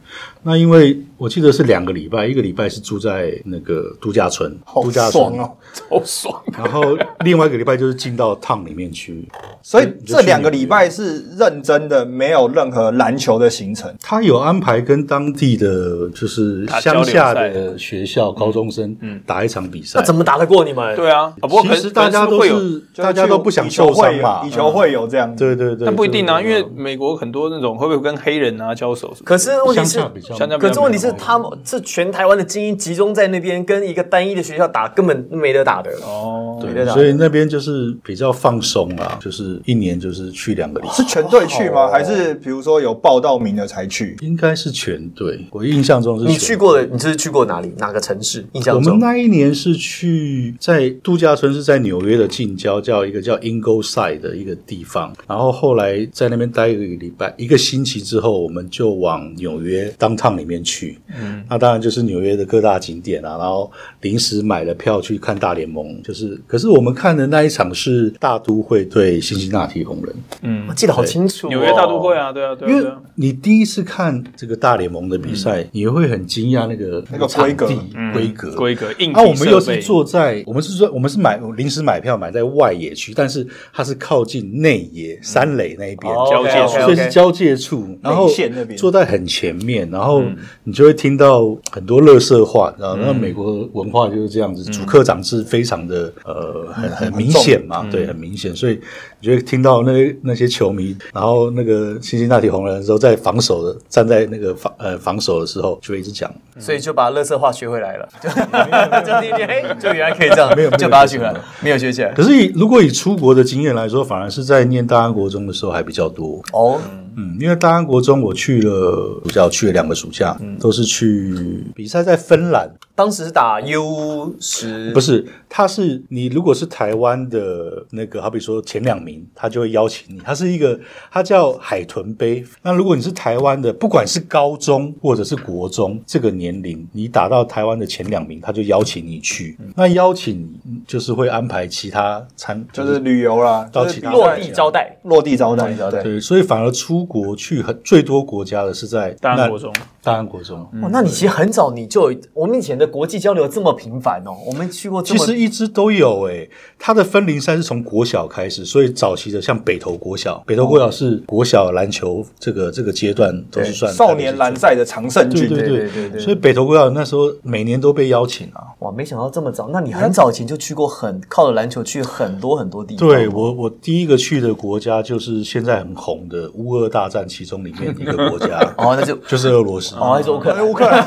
[SPEAKER 1] 那因为我记得是两个礼拜，一个礼拜是住在那个度假村，度假村
[SPEAKER 4] 好爽哦！
[SPEAKER 5] 好爽。啊
[SPEAKER 1] 然后另外一个礼拜就是进到烫里面去，
[SPEAKER 4] 所以这两个礼拜是认真的，没有任何篮球的行程。
[SPEAKER 1] 他有安排跟当地的就是
[SPEAKER 5] 打交流
[SPEAKER 1] 乡下
[SPEAKER 5] 赛
[SPEAKER 1] 的学校高中生打一场比赛。
[SPEAKER 3] 那怎么打得过你们？
[SPEAKER 5] 对啊，啊不过可
[SPEAKER 1] 其
[SPEAKER 5] 能
[SPEAKER 1] 实大家
[SPEAKER 5] 可能
[SPEAKER 1] 都
[SPEAKER 5] 会有，
[SPEAKER 1] 是大家都不想受伤嘛嗯
[SPEAKER 4] 以，球会友这样子。
[SPEAKER 1] 对对对。
[SPEAKER 5] 但不一定啊，
[SPEAKER 1] 对
[SPEAKER 5] 因为美国很多那种会不会跟黑人啊交手什么的？
[SPEAKER 3] 可是问题
[SPEAKER 1] 乡
[SPEAKER 3] 是
[SPEAKER 1] 下比较
[SPEAKER 5] 乡下比较
[SPEAKER 3] 可是问题是，他们这全台湾的精英集中在那边，跟一个单一的学校打，根本没得打的。
[SPEAKER 5] 哦，
[SPEAKER 3] 对
[SPEAKER 1] 对，
[SPEAKER 3] 的
[SPEAKER 1] 所以那边就是比较放松啊，就是一年就是去两个礼拜，
[SPEAKER 4] 是全队去吗？还是比如说有报到名的才去？
[SPEAKER 1] 应该是全队。我印象中是
[SPEAKER 3] 你
[SPEAKER 1] 全
[SPEAKER 3] 去过的，你这是去过哪里？哪个城市？
[SPEAKER 1] 我
[SPEAKER 3] 印象
[SPEAKER 1] 们
[SPEAKER 3] 中？
[SPEAKER 1] 那一年是去在度假村，是在纽约的近郊，叫一个叫 Ingleside 的一个地方。然后后来在那边待一个礼拜，一个星期之后，我们就往纽约 downtown 里面去。嗯，那当然就是纽约的各大景点啊，然后临时买了票去看大联盟。就是，可是我们看的那一场是大都会对辛辛那提红人，
[SPEAKER 3] 我记得好清楚哦。
[SPEAKER 5] 纽约大都会啊，对啊，对
[SPEAKER 1] 因
[SPEAKER 5] 啊
[SPEAKER 1] 为
[SPEAKER 5] 对嗯啊，
[SPEAKER 1] 你第一次看这个大联盟的比赛，你会很惊讶那个
[SPEAKER 4] 那个规格
[SPEAKER 1] 场地规格
[SPEAKER 5] 嗯规格硬体
[SPEAKER 1] 啊，我们又
[SPEAKER 5] 设
[SPEAKER 1] 是
[SPEAKER 5] 备
[SPEAKER 1] 坐在，我们是说我们是买临时买票买在外野区，但是它是靠近内野三垒那一边，
[SPEAKER 3] 哦
[SPEAKER 5] 交界
[SPEAKER 3] OK，OK，OK
[SPEAKER 1] 所以是交界处，然后
[SPEAKER 4] 内线那边
[SPEAKER 1] 坐在很前面，然后你就会听到很多乐色话，然后那美国文化就是这样子，主客长是非常的呃很很嗯明显嘛，对，很明显，所以你就会听到那那些球迷，然后那个辛辛那提红人的时候，在防守的站在那个防呃防守的时候，就会一直讲
[SPEAKER 3] 所以就把乐色话学回来了。就就第一天，哎，就原来可以这样，
[SPEAKER 1] 没有没有
[SPEAKER 3] 就把它学回来，没有学起来。
[SPEAKER 1] 可是以如果以出国的经验来说，反而是在念大安国中的时候还比较多。
[SPEAKER 3] 哦，
[SPEAKER 1] 嗯，因为大安国中我去了暑假，我去了两个暑假，都是去比赛在芬兰，
[SPEAKER 3] 当时是打 U 十，
[SPEAKER 1] 不是，他是你如果是台湾的那个，好比说前两名，他就会邀请你。它是一个，它叫海豚杯。那如果你是台湾的，不管是高中或者是国中这个年龄，你打到台湾的前两名，他就邀请你去。那邀请你就是会安排其他参，
[SPEAKER 4] 就是旅游啦，
[SPEAKER 1] 到
[SPEAKER 4] 就是
[SPEAKER 1] 其
[SPEAKER 4] 比
[SPEAKER 1] 他
[SPEAKER 4] 赛
[SPEAKER 3] 落地招待。
[SPEAKER 4] 落地招待。
[SPEAKER 3] 招待
[SPEAKER 4] 对，
[SPEAKER 1] 对，所以反而出国去很最多国家的是在
[SPEAKER 5] 大
[SPEAKER 1] 那
[SPEAKER 5] 安国中，
[SPEAKER 1] 大安国中。
[SPEAKER 3] 哦，那你其实很早你就有我们以前的国际交流这么频繁哦，我们去过这
[SPEAKER 1] 其
[SPEAKER 3] 么
[SPEAKER 1] 实一直都有诶、它的分龄赛是从国小开始，所以早期的像北投国小，北投国小是国小篮球这个这个阶段都是算
[SPEAKER 4] 少年篮赛的常胜
[SPEAKER 1] 对
[SPEAKER 4] 军，
[SPEAKER 1] 对
[SPEAKER 3] 对
[SPEAKER 1] 对
[SPEAKER 3] 对对嗯
[SPEAKER 1] 所以北投国小那时候每年都被邀请啊。
[SPEAKER 3] 哇，没想到这么早。那你很早以前就去过很靠着篮球去很多很多地方。
[SPEAKER 1] 对我，我第一个去的国家就是现在很红的乌俄大战其中里面一个国家，
[SPEAKER 3] 哦，那就
[SPEAKER 1] 就是俄罗斯。
[SPEAKER 3] 哦，那就乌克兰，
[SPEAKER 4] 乌克兰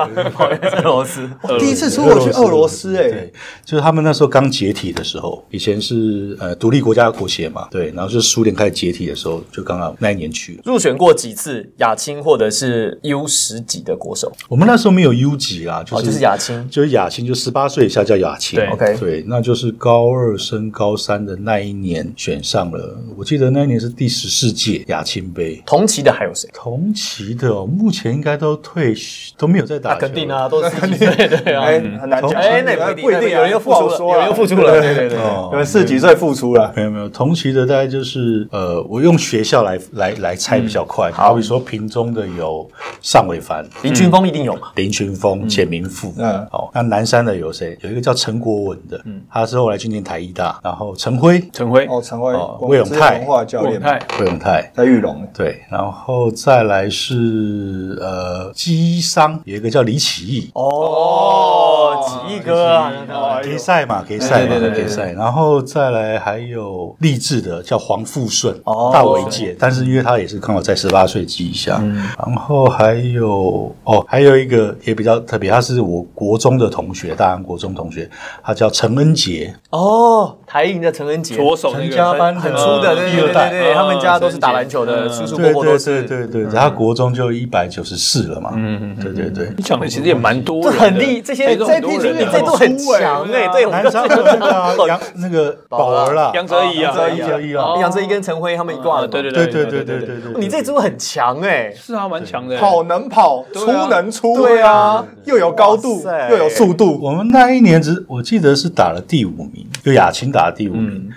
[SPEAKER 3] 俄罗斯。
[SPEAKER 4] 第一次出国去俄罗斯，哎
[SPEAKER 1] 对，，就是他们那时候刚解体的时候，以前是呃独立国家的国协嘛，对，然后就是苏联开始解体的时候，就刚好那一年去了。
[SPEAKER 3] 入选过几次亚青或者是 U 十几的国手，
[SPEAKER 1] 我们那时候没有 U 级啊，就
[SPEAKER 3] 哦，
[SPEAKER 1] 是、
[SPEAKER 3] 就是亚青。
[SPEAKER 1] 就是亚青，就十八岁以下叫亚青。
[SPEAKER 5] 对
[SPEAKER 3] OK
[SPEAKER 1] 对，那就是高二升高三的那一年选上了，我记得那一年是第十四届亚青杯。
[SPEAKER 3] 同期的还有谁？
[SPEAKER 1] 同期的、哦，目前应该都退休，都没有在打球、
[SPEAKER 3] 那肯定。啊，都是四级岁对啊。
[SPEAKER 4] 哎，很难讲，
[SPEAKER 3] 哎，那也不一定，有人又付
[SPEAKER 4] 不好
[SPEAKER 3] 出了，
[SPEAKER 4] 说
[SPEAKER 3] 有
[SPEAKER 4] 啊
[SPEAKER 3] 人又付出了，对对对。
[SPEAKER 1] 哦
[SPEAKER 4] 有人四几岁付出了，
[SPEAKER 1] 没有没有，同期的大概就是呃，我用学校来来来猜比较
[SPEAKER 3] 嗯
[SPEAKER 1] 快。好比说屏中的有尚伟凡、
[SPEAKER 3] 林俊峰一定有嘛？
[SPEAKER 1] 林群峰、简明富，
[SPEAKER 4] 嗯
[SPEAKER 1] 嗯，哦，那南山的有谁？有一个叫陈国文的，嗯，他是后来去念台医大，然后陈辉、
[SPEAKER 5] 陈辉、
[SPEAKER 4] 哦，成为
[SPEAKER 1] 哦
[SPEAKER 4] 我们之
[SPEAKER 1] 魏永
[SPEAKER 4] 前
[SPEAKER 1] 泰
[SPEAKER 4] 文化教
[SPEAKER 5] 郭
[SPEAKER 4] 练
[SPEAKER 5] 永，泰、
[SPEAKER 1] 惠永泰，
[SPEAKER 4] 在玉龙，
[SPEAKER 1] 对，然后再来是呃，基商有一个叫李启义，
[SPEAKER 3] 哦，几亿哥啊！
[SPEAKER 4] 哦
[SPEAKER 1] 给赛嘛，给赛嘛
[SPEAKER 5] 对对对，对
[SPEAKER 1] 给赛，然后再来还有励志的叫黄富顺
[SPEAKER 3] 哦，
[SPEAKER 1] 大伟界，但是因为他也是刚好在十八岁及以下，然后还有哦，还有一个也比较特别，他是我国中的同学，大安国中同学，他叫陈恩杰，
[SPEAKER 3] 哦，台银的陈恩杰，
[SPEAKER 5] 左手那
[SPEAKER 1] 陈家
[SPEAKER 5] 个
[SPEAKER 1] 班
[SPEAKER 3] 很粗的，对
[SPEAKER 1] 第
[SPEAKER 3] 对对
[SPEAKER 1] 二代
[SPEAKER 3] 对对，他们家都是打
[SPEAKER 5] 嗯
[SPEAKER 3] 篮球的，
[SPEAKER 5] 嗯
[SPEAKER 3] 叔叔伯
[SPEAKER 1] 对
[SPEAKER 3] 伯都
[SPEAKER 1] 对
[SPEAKER 3] 是
[SPEAKER 1] 对。对对，他国中就一百九十四了嘛，嗯，对对对。
[SPEAKER 5] 你讲的其实也蛮多
[SPEAKER 3] 这
[SPEAKER 5] 人的，
[SPEAKER 3] 很厉，这些
[SPEAKER 5] 台中
[SPEAKER 3] 这
[SPEAKER 5] 很
[SPEAKER 3] 批
[SPEAKER 5] 多
[SPEAKER 3] 球
[SPEAKER 5] 人
[SPEAKER 3] 员
[SPEAKER 5] 啊
[SPEAKER 3] 这都很强
[SPEAKER 4] 对
[SPEAKER 3] 哎，
[SPEAKER 4] 啊
[SPEAKER 3] 对， 我们
[SPEAKER 1] 南
[SPEAKER 3] 都
[SPEAKER 1] 山的那个啊杨那个宝儿啦，
[SPEAKER 5] 杨哲怡啊，
[SPEAKER 1] 杨
[SPEAKER 5] 啊
[SPEAKER 1] 哲怡啊
[SPEAKER 3] 杨哲一跟陈辉他们一挂的，
[SPEAKER 5] 对对
[SPEAKER 1] 对对对对对对，
[SPEAKER 3] 你这组很强哎，
[SPEAKER 5] 是啊，蛮强的，
[SPEAKER 4] 跑能跑，哦出能出，
[SPEAKER 3] 啊对啊，
[SPEAKER 4] 又有高度
[SPEAKER 3] 哇，塞
[SPEAKER 4] 又有速度，
[SPEAKER 1] 我们那一年只我记得是打了第五名，就亚青打了第五名。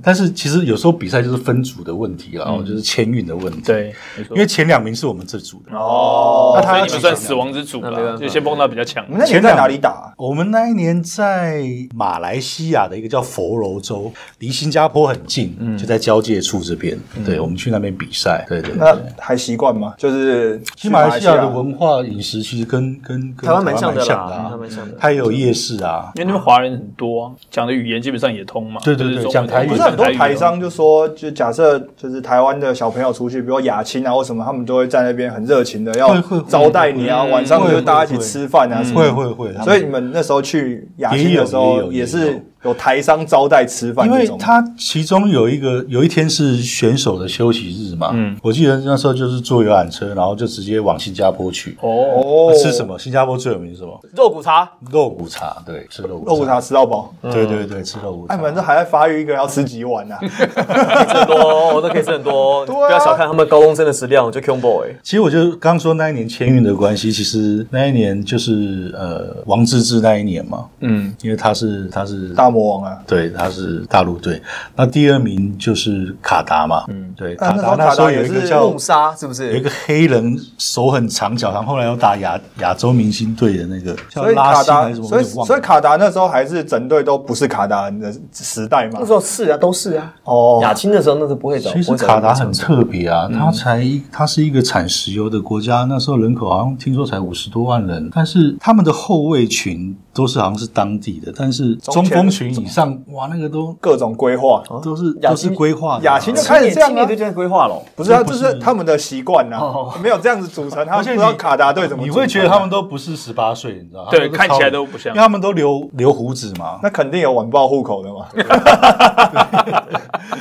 [SPEAKER 1] 但是其实有时候比赛就是分组的问题啦，哦就是签运的问题。，
[SPEAKER 5] 对，没错
[SPEAKER 1] 因为前两名是我们这组的，
[SPEAKER 4] 哦
[SPEAKER 1] 那
[SPEAKER 5] 所
[SPEAKER 1] 他
[SPEAKER 5] 以
[SPEAKER 1] 要
[SPEAKER 5] 你们
[SPEAKER 1] 几
[SPEAKER 5] 算
[SPEAKER 1] 场
[SPEAKER 5] 死亡之组
[SPEAKER 3] 那没办
[SPEAKER 5] 了，
[SPEAKER 3] 法
[SPEAKER 5] 就先碰到比较强
[SPEAKER 4] 你。们那年在哪里打？
[SPEAKER 1] 我们那一年在马来西亚的一个叫佛罗州，离新加坡很近，就在交界处这边。对，我们去那边比赛。对对
[SPEAKER 4] 那
[SPEAKER 1] 对。
[SPEAKER 4] 还习惯吗？就是
[SPEAKER 1] 其实
[SPEAKER 4] 去
[SPEAKER 1] 马来西亚的文化饮食其实跟跟跟
[SPEAKER 3] 台湾蛮像的
[SPEAKER 1] 的
[SPEAKER 3] 啦，
[SPEAKER 1] 啊
[SPEAKER 3] 台湾蛮像的。
[SPEAKER 1] 它也有夜市啊
[SPEAKER 5] 因。为那边华人很多啊，讲的语言基本上也通嘛。
[SPEAKER 1] 对对对
[SPEAKER 5] 就是中文
[SPEAKER 1] 讲台语哦
[SPEAKER 4] 哎
[SPEAKER 5] 不
[SPEAKER 4] 不
[SPEAKER 5] 是
[SPEAKER 4] 是很多台商就说，就假设就是台湾的小朋友出去，比如亚青啊或什么，他们都会在那边很热情的要
[SPEAKER 1] 会会会
[SPEAKER 4] 招待你啊，
[SPEAKER 5] 嗯
[SPEAKER 4] 晚上
[SPEAKER 1] 会
[SPEAKER 4] 就大家一
[SPEAKER 1] 会
[SPEAKER 4] 起吃饭啊什么
[SPEAKER 1] 会
[SPEAKER 4] 的。
[SPEAKER 1] 会会，他们
[SPEAKER 4] 所以你们那时候去亚青的时
[SPEAKER 1] 也
[SPEAKER 4] 候，
[SPEAKER 1] 有也有
[SPEAKER 4] 也
[SPEAKER 1] 也
[SPEAKER 4] 是
[SPEAKER 1] 有
[SPEAKER 4] 有台商招待吃
[SPEAKER 3] 嗯
[SPEAKER 4] 饭
[SPEAKER 1] 因
[SPEAKER 4] 这
[SPEAKER 1] 为
[SPEAKER 4] 种。
[SPEAKER 1] 他其中有一个有一天是选手的休息日嘛，
[SPEAKER 3] 嗯
[SPEAKER 1] 我记得那时候就是坐游览车，然后就直接往新加坡去。
[SPEAKER 5] 哦，
[SPEAKER 4] 哦
[SPEAKER 1] 啊吃什？么？新加坡最有名是什么？
[SPEAKER 3] 肉骨茶，
[SPEAKER 1] 肉骨茶，对，吃肉骨
[SPEAKER 4] 肉骨茶吃到饱。
[SPEAKER 3] 嗯
[SPEAKER 1] 对对对，啊吃肉骨
[SPEAKER 4] 哎，
[SPEAKER 1] 茶
[SPEAKER 4] 你。们这还在发育，一个人要吃几 碗啊？
[SPEAKER 3] 吃很多哦，我都可以吃很多哦。
[SPEAKER 4] 对啊
[SPEAKER 3] 不要小看他们高中生的食量，我就 Q boy。
[SPEAKER 1] 其实我就刚说那一年签运的关系，其实那一年就是呃王治郅那一年嘛，
[SPEAKER 5] 嗯，
[SPEAKER 1] 因为他是他是
[SPEAKER 4] 大魔王啊！
[SPEAKER 1] 对他是大陆队，那第二名就是卡达嘛，嗯，对，
[SPEAKER 4] 但
[SPEAKER 1] 卡达
[SPEAKER 4] 啊那时
[SPEAKER 1] 那
[SPEAKER 4] 候卡达
[SPEAKER 1] 时候有一
[SPEAKER 4] 也
[SPEAKER 1] 个
[SPEAKER 4] 是
[SPEAKER 1] 叫
[SPEAKER 3] 梦杀是不
[SPEAKER 1] 有一
[SPEAKER 3] 是？
[SPEAKER 1] 个黑人手很长脚长，后来有打亚亚洲明星队的那个叫
[SPEAKER 4] 所以
[SPEAKER 1] 拉
[SPEAKER 4] 卡
[SPEAKER 1] 西还
[SPEAKER 4] 达，
[SPEAKER 1] 是什么，
[SPEAKER 4] 所以
[SPEAKER 1] 我有点忘
[SPEAKER 4] 所以
[SPEAKER 1] 了。
[SPEAKER 4] 卡达那时候还是整队都不是卡达人的时代嘛
[SPEAKER 1] 嗯
[SPEAKER 3] 那。时候是啊，都是啊。
[SPEAKER 4] 哦，
[SPEAKER 3] 亚青的时候那是不会找，
[SPEAKER 1] 其实
[SPEAKER 3] 不会找
[SPEAKER 1] 卡达很特别啊，
[SPEAKER 4] 嗯
[SPEAKER 1] 它才一它是一个产石油的国家，那时候人口好像听说才五十多万人，但是他们的后卫群都是好像是当地的，但是中锋群以上，哇，那个都
[SPEAKER 4] 各种规划，
[SPEAKER 1] 都是
[SPEAKER 3] 亚
[SPEAKER 1] 都
[SPEAKER 3] 青
[SPEAKER 1] 是规划的啊
[SPEAKER 4] 亚青就开始这样
[SPEAKER 3] 青
[SPEAKER 4] 啊
[SPEAKER 3] 年，队就在规划了。
[SPEAKER 4] 不是啊，这是他们的习惯呐
[SPEAKER 3] 哦，
[SPEAKER 4] 没有这样子组成，他
[SPEAKER 1] 而
[SPEAKER 4] 们
[SPEAKER 1] 且
[SPEAKER 4] 不
[SPEAKER 1] 你
[SPEAKER 4] 知道卡达队怎么组成啊。
[SPEAKER 1] 你会觉得他们都不是十八岁，你知道吗？他
[SPEAKER 5] 对
[SPEAKER 1] 们
[SPEAKER 5] 看
[SPEAKER 1] 超
[SPEAKER 5] 起来都不像
[SPEAKER 1] 因为他们都留留胡子嘛。
[SPEAKER 4] 那肯定有晚报户口的嘛？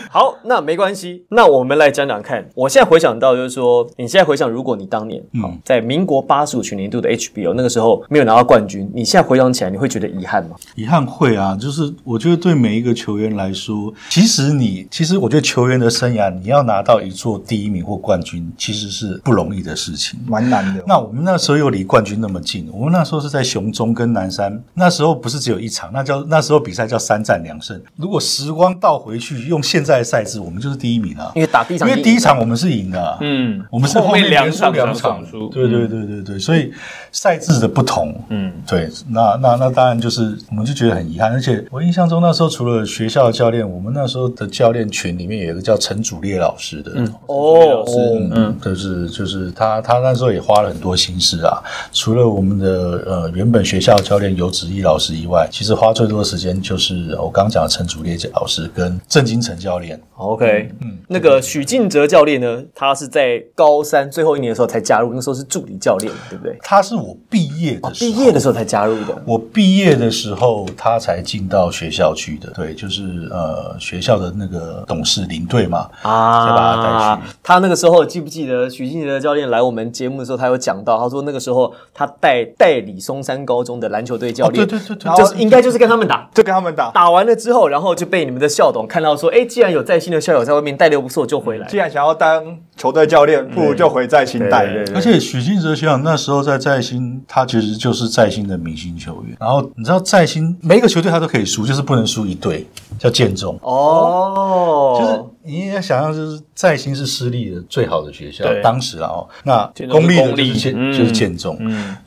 [SPEAKER 3] 好，那没关系，那我们来讲讲看。我现在回想到就是说，你现在回想，如果你当年
[SPEAKER 1] 嗯，
[SPEAKER 3] 在民国八十五全年度的 HBO 那个时候没有拿到冠军，你现在回想起起来，你会觉得遗憾吗？
[SPEAKER 1] 遗憾会啊，就是我觉得对每一个球员来说，其实你其实我觉得球员的生涯，你要拿到一座第一名或冠军，其实是不容易的事情。
[SPEAKER 4] 蛮难的。
[SPEAKER 1] 那我们那时候又离冠军那么近，我们那时候是在雄中跟南山，那时候不是只有一场，那叫那时候比赛叫三战两胜。如果时光倒回去，用现在的赛制，我们就是第一名啊
[SPEAKER 3] 因，为打第一
[SPEAKER 1] 因
[SPEAKER 3] 场就赢了，
[SPEAKER 1] 为第一场我们是赢的啊、
[SPEAKER 5] 嗯
[SPEAKER 1] 我们是后面
[SPEAKER 5] 后面
[SPEAKER 1] 连输
[SPEAKER 5] 两
[SPEAKER 1] 两
[SPEAKER 5] 场
[SPEAKER 1] 场
[SPEAKER 5] 才输，
[SPEAKER 1] 对对对对对，所以赛制的不同，
[SPEAKER 5] 嗯，
[SPEAKER 1] 对，那那那当然就是我们就觉得很遗憾，而且我印象中那时候除了学校的教练，我们那时候的教练群里面有一个叫陈祖烈老师的，嗯
[SPEAKER 4] 哦，
[SPEAKER 1] 嗯，就是就是他他那时候也花了很多心思啊，除了我们的呃原本学校教练游子毅老师以外，其实花最多的时间就是我刚讲的陈祖烈老师跟郑金成教练，
[SPEAKER 3] OK，嗯，那个许晋哲教练呢，他是在高三最后一年的时候才加入，那时候是助理教练，对不对？
[SPEAKER 1] 他是我毕业的时候。
[SPEAKER 3] 哦毕业的时候才加入的。
[SPEAKER 1] 我毕业的时候，他才进到学校去的，对，就是呃学校的那个董事领队嘛，才把他带去。
[SPEAKER 3] 他那个时候记不记得许晋哲教练来我们节目的时候，他有讲到，他说那个时候他带代理松山高中的篮球队教练，
[SPEAKER 1] 哦对对对对
[SPEAKER 3] 然后就是应该就是跟他们打，
[SPEAKER 4] 就跟他们打。
[SPEAKER 3] 打完了之后，然后就被你们的校董看到说，哎，既然有在新的校友在外面带的不错，就回来
[SPEAKER 4] 既。然想要当球队教练，不如就回在新代。
[SPEAKER 3] 对对对
[SPEAKER 1] 而且许晋哲学长那时候在在新，他其实就是在新的明星球员。然后你知道在新每一个球队他都可以输，就是不能输一队，叫建中。
[SPEAKER 3] 哦，
[SPEAKER 1] 就是你也想象，就是在新是私立的最好的学校
[SPEAKER 5] 对，
[SPEAKER 1] 当时啊，哦，那
[SPEAKER 5] 建中是
[SPEAKER 1] 公立的
[SPEAKER 5] 公
[SPEAKER 1] 就
[SPEAKER 5] 立
[SPEAKER 1] 是建
[SPEAKER 5] 嗯
[SPEAKER 1] 就是建中，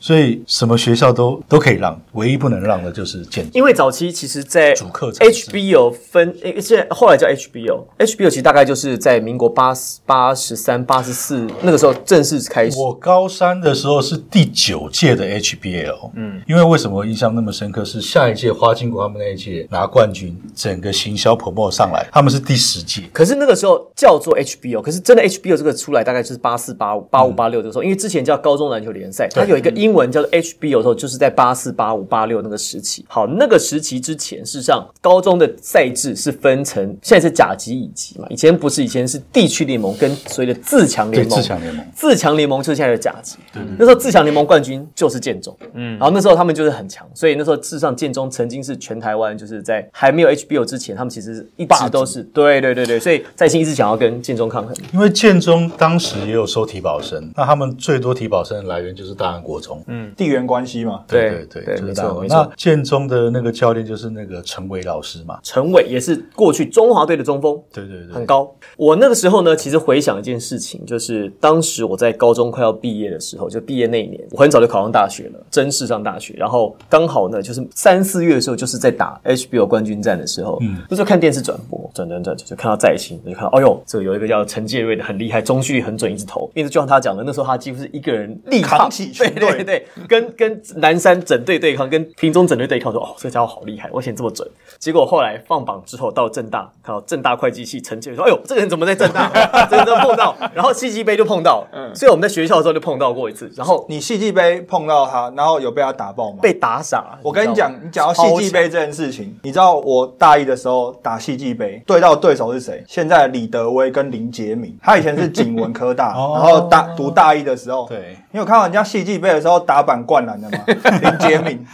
[SPEAKER 1] 所以什么学校都都可以让，唯一不能让的就是建中。
[SPEAKER 3] 因为早期其实，在
[SPEAKER 1] 主客场制
[SPEAKER 3] HBO 分，诶现在后来叫 HBO，HBO 其实大概就是在民国八八十三、八十四那个时候正式开始。
[SPEAKER 1] 我高三的时候是第九届的 HBL，嗯，因为为什么印象那么深刻？是下一届花金国他们那一届拿冠军，整个行销 promo 上来，他们是第十届。
[SPEAKER 3] 可是那个时候叫做 HBO，可是真的 HBO 这个出来大概就是八四、八五、八
[SPEAKER 1] 嗯
[SPEAKER 3] 五、八六的时候，因为之前叫高中篮球联赛，它有一个英文叫做 HBO 的时候，就是在八四、八五、八六那个时期。好，那个时期之前，事实上高中的赛制是分成，现在是甲级、乙级嘛，以前不是，以前是地区联盟跟所谓的自强联盟。
[SPEAKER 1] 对自强联盟
[SPEAKER 3] 自强联盟就是现在的甲级。那时候自强联盟冠军就是建中，嗯，然后那时候他们就是很强，所以那时候事实上建中曾经是全台湾就是在还没有 HBO 之前，他们其实一直都是对对对对，所以在新一直想要跟建中抗衡。
[SPEAKER 1] 因为建中当时也有收体保生，那他们最多体保生的来源就是大安国中，嗯，
[SPEAKER 4] 地缘关系嘛，
[SPEAKER 1] 对
[SPEAKER 3] 对
[SPEAKER 1] 对对，
[SPEAKER 3] 对
[SPEAKER 1] 就
[SPEAKER 3] 没
[SPEAKER 1] 是
[SPEAKER 3] 错
[SPEAKER 1] 大安国
[SPEAKER 3] 没
[SPEAKER 1] 中。
[SPEAKER 3] 错
[SPEAKER 1] 那建中的那个教练就是那个陈伟老师嘛，
[SPEAKER 3] 陈伟也是过去中华队的中锋，
[SPEAKER 1] 对对对
[SPEAKER 3] 很，高。我那个时候呢，其实回想一件事情，就是当时我在高中快要毕业的时候，就毕业那一年，我很早就考上大学了，真是上大学。然后刚好呢，就是三四月的时候，就是在打 HBO 冠军战的时候，嗯，那时候看电视转播，转转转，就看到在兴，我就看到，哎呦，这有一个叫陈介瑞的很厉害，中距离很准，一直投。因为就像他讲的，那时候他几乎是一个人力
[SPEAKER 4] 扛起全队
[SPEAKER 3] 对对对，跟 跟南山整队对抗，跟屏中整队对抗，说哦，这家伙好厉害，我以前这么准。结果后来放榜之后，到正大，看到正大会计系陈建说，哎呦，这个人怎么在正 大？这个人怎么碰到，然后戏剧杯就碰到，
[SPEAKER 4] 嗯
[SPEAKER 3] 所以我们在学校的时候就碰到过一次，然后
[SPEAKER 4] 你戏剧杯碰到他，然后有被他打爆吗？
[SPEAKER 3] 被打傻。
[SPEAKER 4] 我跟你
[SPEAKER 3] 知道
[SPEAKER 4] 讲
[SPEAKER 3] 吗，
[SPEAKER 4] 你讲到戏剧杯这件事情，你知道我大一的时候打戏剧杯，对到对手是谁？现在李德威跟林杰明，他以前是景文科大，然后大读大一的时候，
[SPEAKER 1] 对，
[SPEAKER 4] 你有看到人家戏剧杯的时候打板灌篮的 吗？林杰明，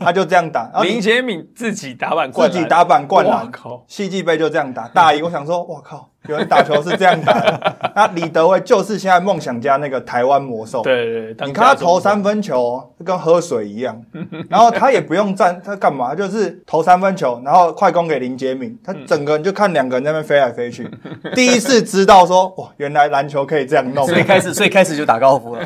[SPEAKER 4] 他就这样打，然后
[SPEAKER 5] 林杰敏自己打板灌
[SPEAKER 4] 哦自
[SPEAKER 5] 篮，
[SPEAKER 4] 己打板灌
[SPEAKER 5] 哇
[SPEAKER 4] 篮
[SPEAKER 5] 靠，
[SPEAKER 4] 戏剧杯就这样打。大一我想说，我靠，有人打球是这样打 的。那李德威就是现在梦想家那个台湾魔兽，
[SPEAKER 5] 对对对，当
[SPEAKER 4] 你看他
[SPEAKER 5] 家中
[SPEAKER 4] 投三分球跟喝水一样，然后他也不用 站，他干嘛？他就是投三分球，然后快攻给林杰敏，他整个人就看两个人在那边飞来飞 去。第一次知道说，哇，原来篮球可以这样弄。
[SPEAKER 3] 所以开始，所以开始就打高尔夫 了，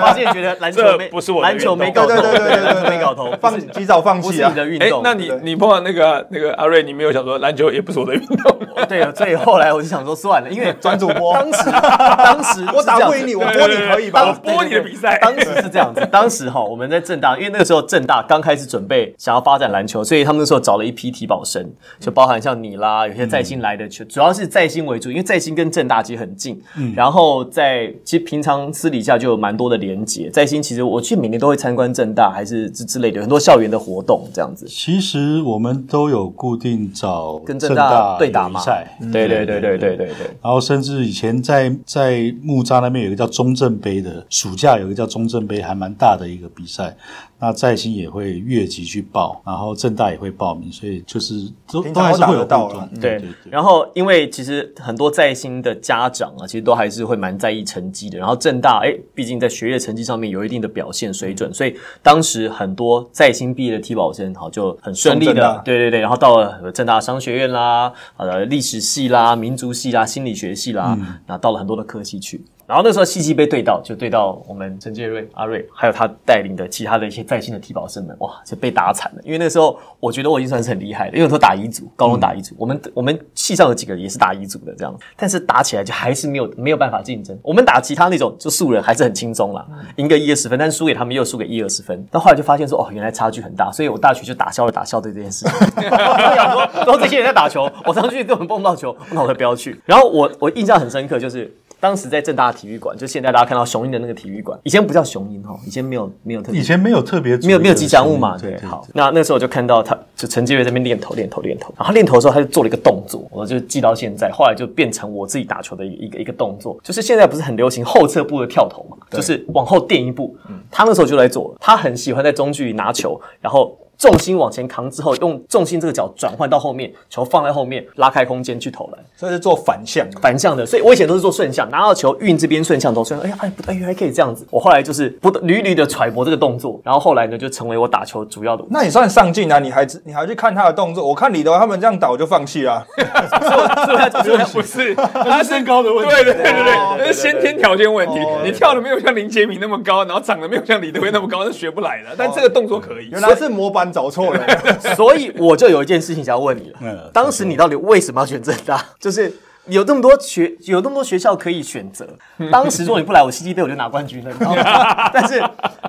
[SPEAKER 3] 发现觉得篮球没
[SPEAKER 5] 这不是我的
[SPEAKER 3] 篮球没
[SPEAKER 5] 运
[SPEAKER 3] 搞
[SPEAKER 4] 对
[SPEAKER 5] 动
[SPEAKER 3] 头，
[SPEAKER 4] 对对对对对
[SPEAKER 3] 篮球
[SPEAKER 4] 对，
[SPEAKER 3] 没搞头，不
[SPEAKER 4] 放
[SPEAKER 3] 是
[SPEAKER 4] 及早放
[SPEAKER 3] 不
[SPEAKER 4] 弃
[SPEAKER 3] 是
[SPEAKER 4] 啊
[SPEAKER 3] 你。的运
[SPEAKER 5] 哎
[SPEAKER 3] 动。，
[SPEAKER 5] 那你
[SPEAKER 4] 对
[SPEAKER 5] 你碰到那个那个阿瑞，你没有想说篮球也不是我的运动吗？
[SPEAKER 3] 对，所以后来我就想说算了，因 为
[SPEAKER 4] 转主播
[SPEAKER 3] 当时当时
[SPEAKER 4] 我打不赢
[SPEAKER 3] 你。
[SPEAKER 4] 你，我播你可以吧
[SPEAKER 5] 我？播你的比赛，
[SPEAKER 3] 当时是这样子，当时哈我们在正大，因为那个时候正大刚开始准备想要发展篮球，所以他们那时候找了一批体保生，就包含像你啦，
[SPEAKER 5] 嗯
[SPEAKER 3] 有些在新来的球，主要是在新为主，因为在新跟正大其实很近，
[SPEAKER 5] 嗯
[SPEAKER 3] 然后在其实平常私底下就有蛮多的连结，在新其实我去每年都会参观正大还是之之类的很多校园的活动这样子。
[SPEAKER 1] 其实我们都有固定找
[SPEAKER 3] 跟正
[SPEAKER 1] 正
[SPEAKER 3] 大
[SPEAKER 1] 大
[SPEAKER 3] 对打嘛嗯
[SPEAKER 1] 有菜，
[SPEAKER 5] 嗯
[SPEAKER 3] 对对对对对对对，
[SPEAKER 1] 然后甚至以前在在木栅那边有一个叫中正杯的，暑假有一个叫中正杯，还蛮大的一个比赛。那在新也会越级去报，然后正大也会报名，所以就是都
[SPEAKER 4] 平常
[SPEAKER 1] 都还是会有互
[SPEAKER 4] 都打得到
[SPEAKER 1] 动
[SPEAKER 4] 啦。
[SPEAKER 3] 对
[SPEAKER 1] 嗯对对。
[SPEAKER 3] 然后，因为其实很多在新的家长啊，其实都还是会蛮在意成绩的。然后正大，哎，毕竟在学业成绩上面有一定的表现水准，所以当时很多在新毕业的体保生，好就很顺利
[SPEAKER 4] 从正大
[SPEAKER 3] 的，对对对。然后到了正大商学院啦，呃，历史系啦、民族系啦、心理学系啦，然后到了很多的科系去。然后那时候戏剧被对到，就对到我们陈介瑞、阿瑞，还有他带领的其他的一些在线的体保生们，哇，就被打惨了。因为那时候我觉得我已经算是很厉害了，因为我都打乙组，高中
[SPEAKER 1] 嗯
[SPEAKER 3] 打乙组，我们我们系上有几个也是打乙组的这样，但是打起来就还是没有没有办法竞争。我们打其他那种就素人还是很轻松
[SPEAKER 1] 嗯
[SPEAKER 3] 啦，赢个一二十分，但是输给他们又输给一二十分。但后来就发现说，哦，原来差距很大，所以我大学就打消了打校队这件事情。 我想说，都这些人在打球，我上去根本碰不到球，那我才不要去。然后我我印象很深刻，就是当时在正大体育馆，就现在大家看到雄鹰的那个体育馆，以前不叫雄鹰哈，以前没有没有特别
[SPEAKER 1] 以前没有特别
[SPEAKER 3] 没有没有吉祥物嘛，
[SPEAKER 1] 对
[SPEAKER 3] 对，
[SPEAKER 1] 对
[SPEAKER 3] 好
[SPEAKER 1] 对，
[SPEAKER 3] 那那时候我就看到他就陈志远在那边练头练头练头，然后他练头的时候他就做了一个动作，我就记到现在，后来就变成我自己打球的一个一个动作，就是现在不是很流行后撤步的跳投嘛，就是往后垫一步，
[SPEAKER 1] 嗯
[SPEAKER 3] 他那时候就来做了，他很喜欢在中距离拿球，然后。重心往前扛之后，用重心这个脚转换到后面，球放在后面，拉开空间去投篮。
[SPEAKER 4] 所以是做反向的。
[SPEAKER 3] 反向的，所以我以前都是做顺向，拿到球运这边顺向投，顺向，哎呀，哎不对，原来可以这样子。我后来就是不断屡屡的揣摩这个动作，然后后来呢就成为我打球主 要的武器。
[SPEAKER 4] 那你算上进啊？你还你还去看他的动作？我看李德他们这样倒就放弃了。
[SPEAKER 5] 不是，他身高的问题。对对对对对，那是先天条件问题。你跳的没有像林杰明那么高，然后长得没有像李德威那么高，是学不来的。但这个动作可以。
[SPEAKER 4] 原来是模板找错了。
[SPEAKER 3] 所以我就有一件事情想要问你
[SPEAKER 1] 嗯
[SPEAKER 3] 了，当时你到底为什么要选正
[SPEAKER 4] 嗯
[SPEAKER 3] 大？就是。有这么多学，有这么多学校可以选择。
[SPEAKER 4] 嗯
[SPEAKER 3] 当时如果你不来我戏剧杯，我就拿冠军了。你知道 吗但是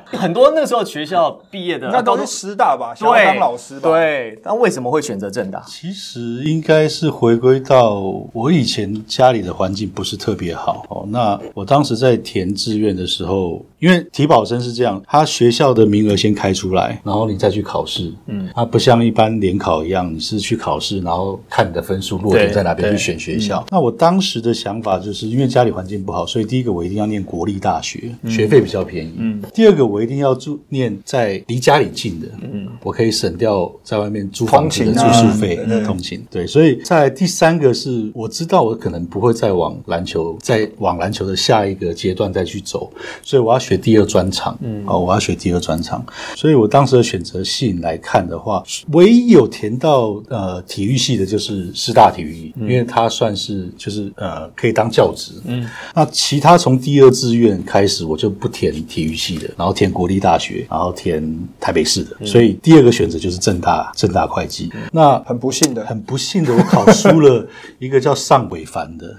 [SPEAKER 3] 很多那时候学校毕业的，啊
[SPEAKER 4] 那都是师大吧，想要当老师吧？，
[SPEAKER 3] 对，但为什么会选择 正大？
[SPEAKER 1] 其实应该是回归到我以前家里的环境不是特别好哦。那我当时在填志愿的时候，因为体保生是这样，他学校的名额先开出来，然后你再去考试。嗯，它不像一般联考一样，你是去考试，然后看你的分数落点在哪边去选学校。那我当时的想法就是因为家里环境不好，所以第一个我一定要念国立大学，学费比较便宜。嗯，第二个我一定要住念在离家里近的，嗯，我可以省掉在外面租房子的
[SPEAKER 4] 通
[SPEAKER 1] 住
[SPEAKER 4] 勤啊
[SPEAKER 1] 宿费。
[SPEAKER 4] 对对
[SPEAKER 1] 通勤。对，所以在第三个是我知道我可能不会再往篮球，再往篮球的下一个阶段再去走，所以我要学第二专场。嗯，哦，我要学第二专场。所以我当时的选择性来看的话，唯一有填到呃体育系的就是师大体育，因为它算是就是呃可以当教职。嗯，那其他从第二志愿开始我就不填体育系的，然后填国立大学，然后填台北市的，所以第二个选择就是正大正大会计。那
[SPEAKER 4] 很不幸的，
[SPEAKER 1] 很不幸的，我考输了一个叫尚伟凡的，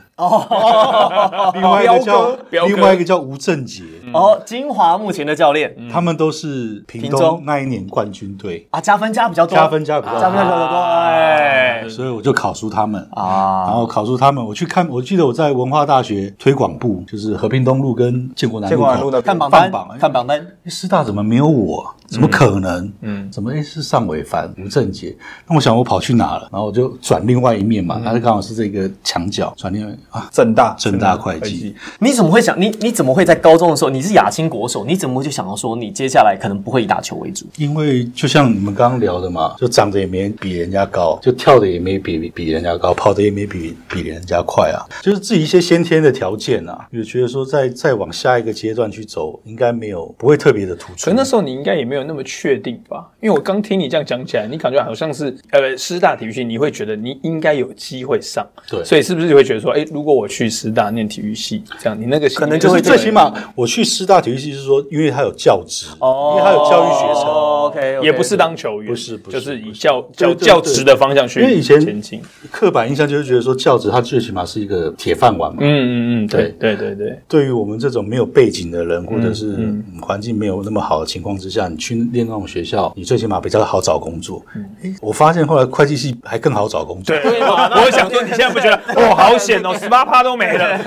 [SPEAKER 1] 另外一个叫
[SPEAKER 5] 彪哥彪哥
[SPEAKER 1] 另外一个叫吴正杰，
[SPEAKER 3] 哦，金华目前的教练
[SPEAKER 4] 嗯
[SPEAKER 1] 他们都是屏
[SPEAKER 3] 屏东
[SPEAKER 1] 东那一年冠军队，
[SPEAKER 3] 啊，加分加比较多，
[SPEAKER 1] 加分加比较
[SPEAKER 3] 啊加分加比
[SPEAKER 1] 高，
[SPEAKER 3] 较多，
[SPEAKER 5] 啊
[SPEAKER 3] 哎，
[SPEAKER 1] 所以我就考输他们
[SPEAKER 3] 啊
[SPEAKER 1] 然后考输他们，我去看，我记得我在文化大学推广部，就是和平东路跟建国南
[SPEAKER 4] 建
[SPEAKER 1] 路
[SPEAKER 4] 国南路
[SPEAKER 1] 口
[SPEAKER 4] 的
[SPEAKER 3] 看榜
[SPEAKER 1] 放
[SPEAKER 3] 单
[SPEAKER 1] 榜，
[SPEAKER 3] 看榜单，
[SPEAKER 1] 诶师大怎么没有我？怎么可能？嗯，怎么诶是尚伟凡、吴正杰？那我想我跑去哪了？然后我就转另外一面嘛，他就刚好是这个墙角转另外啊，
[SPEAKER 4] 正大
[SPEAKER 1] 正大会计。
[SPEAKER 3] 你怎么会想你你怎么会在高中的时候你是亚青国手，你怎么会就想要说你接下来可能不会以打球为主？
[SPEAKER 1] 因为就像你们刚刚聊的嘛，就长得也没比人家高，就跳的也没比比比人家高，跑的也没比比人家快啊，就是自己一些先天的条件啊，也觉得说再再往下一个阶段去走，应该没有不会特别的突出
[SPEAKER 5] 可。那时候你应该也没有那么确定吧？因为我刚听你这样讲起来，你感觉好像是呃师大体育系，你会觉得你应该有机会上，
[SPEAKER 1] 对
[SPEAKER 5] 所以是不是就会觉得说，哎，如果我去师大念体育系，这样你那个可
[SPEAKER 3] 能
[SPEAKER 1] 就
[SPEAKER 3] 就会
[SPEAKER 1] 是最
[SPEAKER 3] 这
[SPEAKER 1] 起码我去师大体育系是说，因为它有教职，
[SPEAKER 3] 哦
[SPEAKER 1] 因为它有教育学程。
[SPEAKER 3] ，OK，
[SPEAKER 5] 哦也不是当球员，
[SPEAKER 1] 不是不是
[SPEAKER 5] 就是以教
[SPEAKER 1] 对对
[SPEAKER 5] 教
[SPEAKER 1] 对
[SPEAKER 5] 教职的方向去
[SPEAKER 1] 因为以前
[SPEAKER 5] 前进。
[SPEAKER 1] 刻板印象就是觉得说教职它最起码是一个铁饭碗嘛，
[SPEAKER 5] 嗯嗯嗯，对对对对，
[SPEAKER 1] 对于我们这种没有背景的人，或者是嗯环境没有那么好的情况之下，你去念那种学校，你最起码比较好找工作。诶我发现后来会计系还更好找工作。
[SPEAKER 5] 对，我想说，你现在不觉得哦，好险哦，十八趴都没了。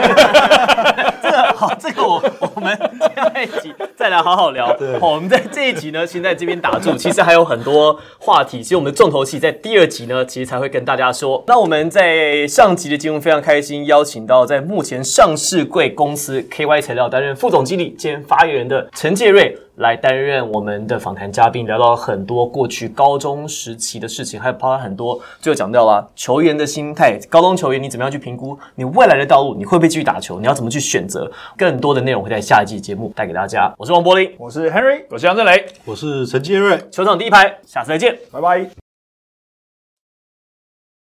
[SPEAKER 3] 这个好，这个我我们下一集再来好好聊。好，我们在这一集呢，先在这边打住。其实还有很多话题，其实我们的重头戏在第二集呢，其实才会跟大家说。那我们在上集的节目非常开心，邀请到在目前上市贵公司 KY 材料担任副总经理兼发言人的陈介瑞。来担任我们的访谈嘉宾，聊到很多过去高中时期的事情，还有包含很多，最后讲到了球员的心态，高中球员你怎么样去评估你未来的道路，你会不会继续打球，你要怎么去选择，更多的内容会在下一季节目带给大家。我是王柏林，
[SPEAKER 4] 我是 Henry，
[SPEAKER 5] 我是杨振雷，
[SPEAKER 1] 我是陈杰瑞。
[SPEAKER 3] 球场第一排，下次再见。
[SPEAKER 4] 拜拜。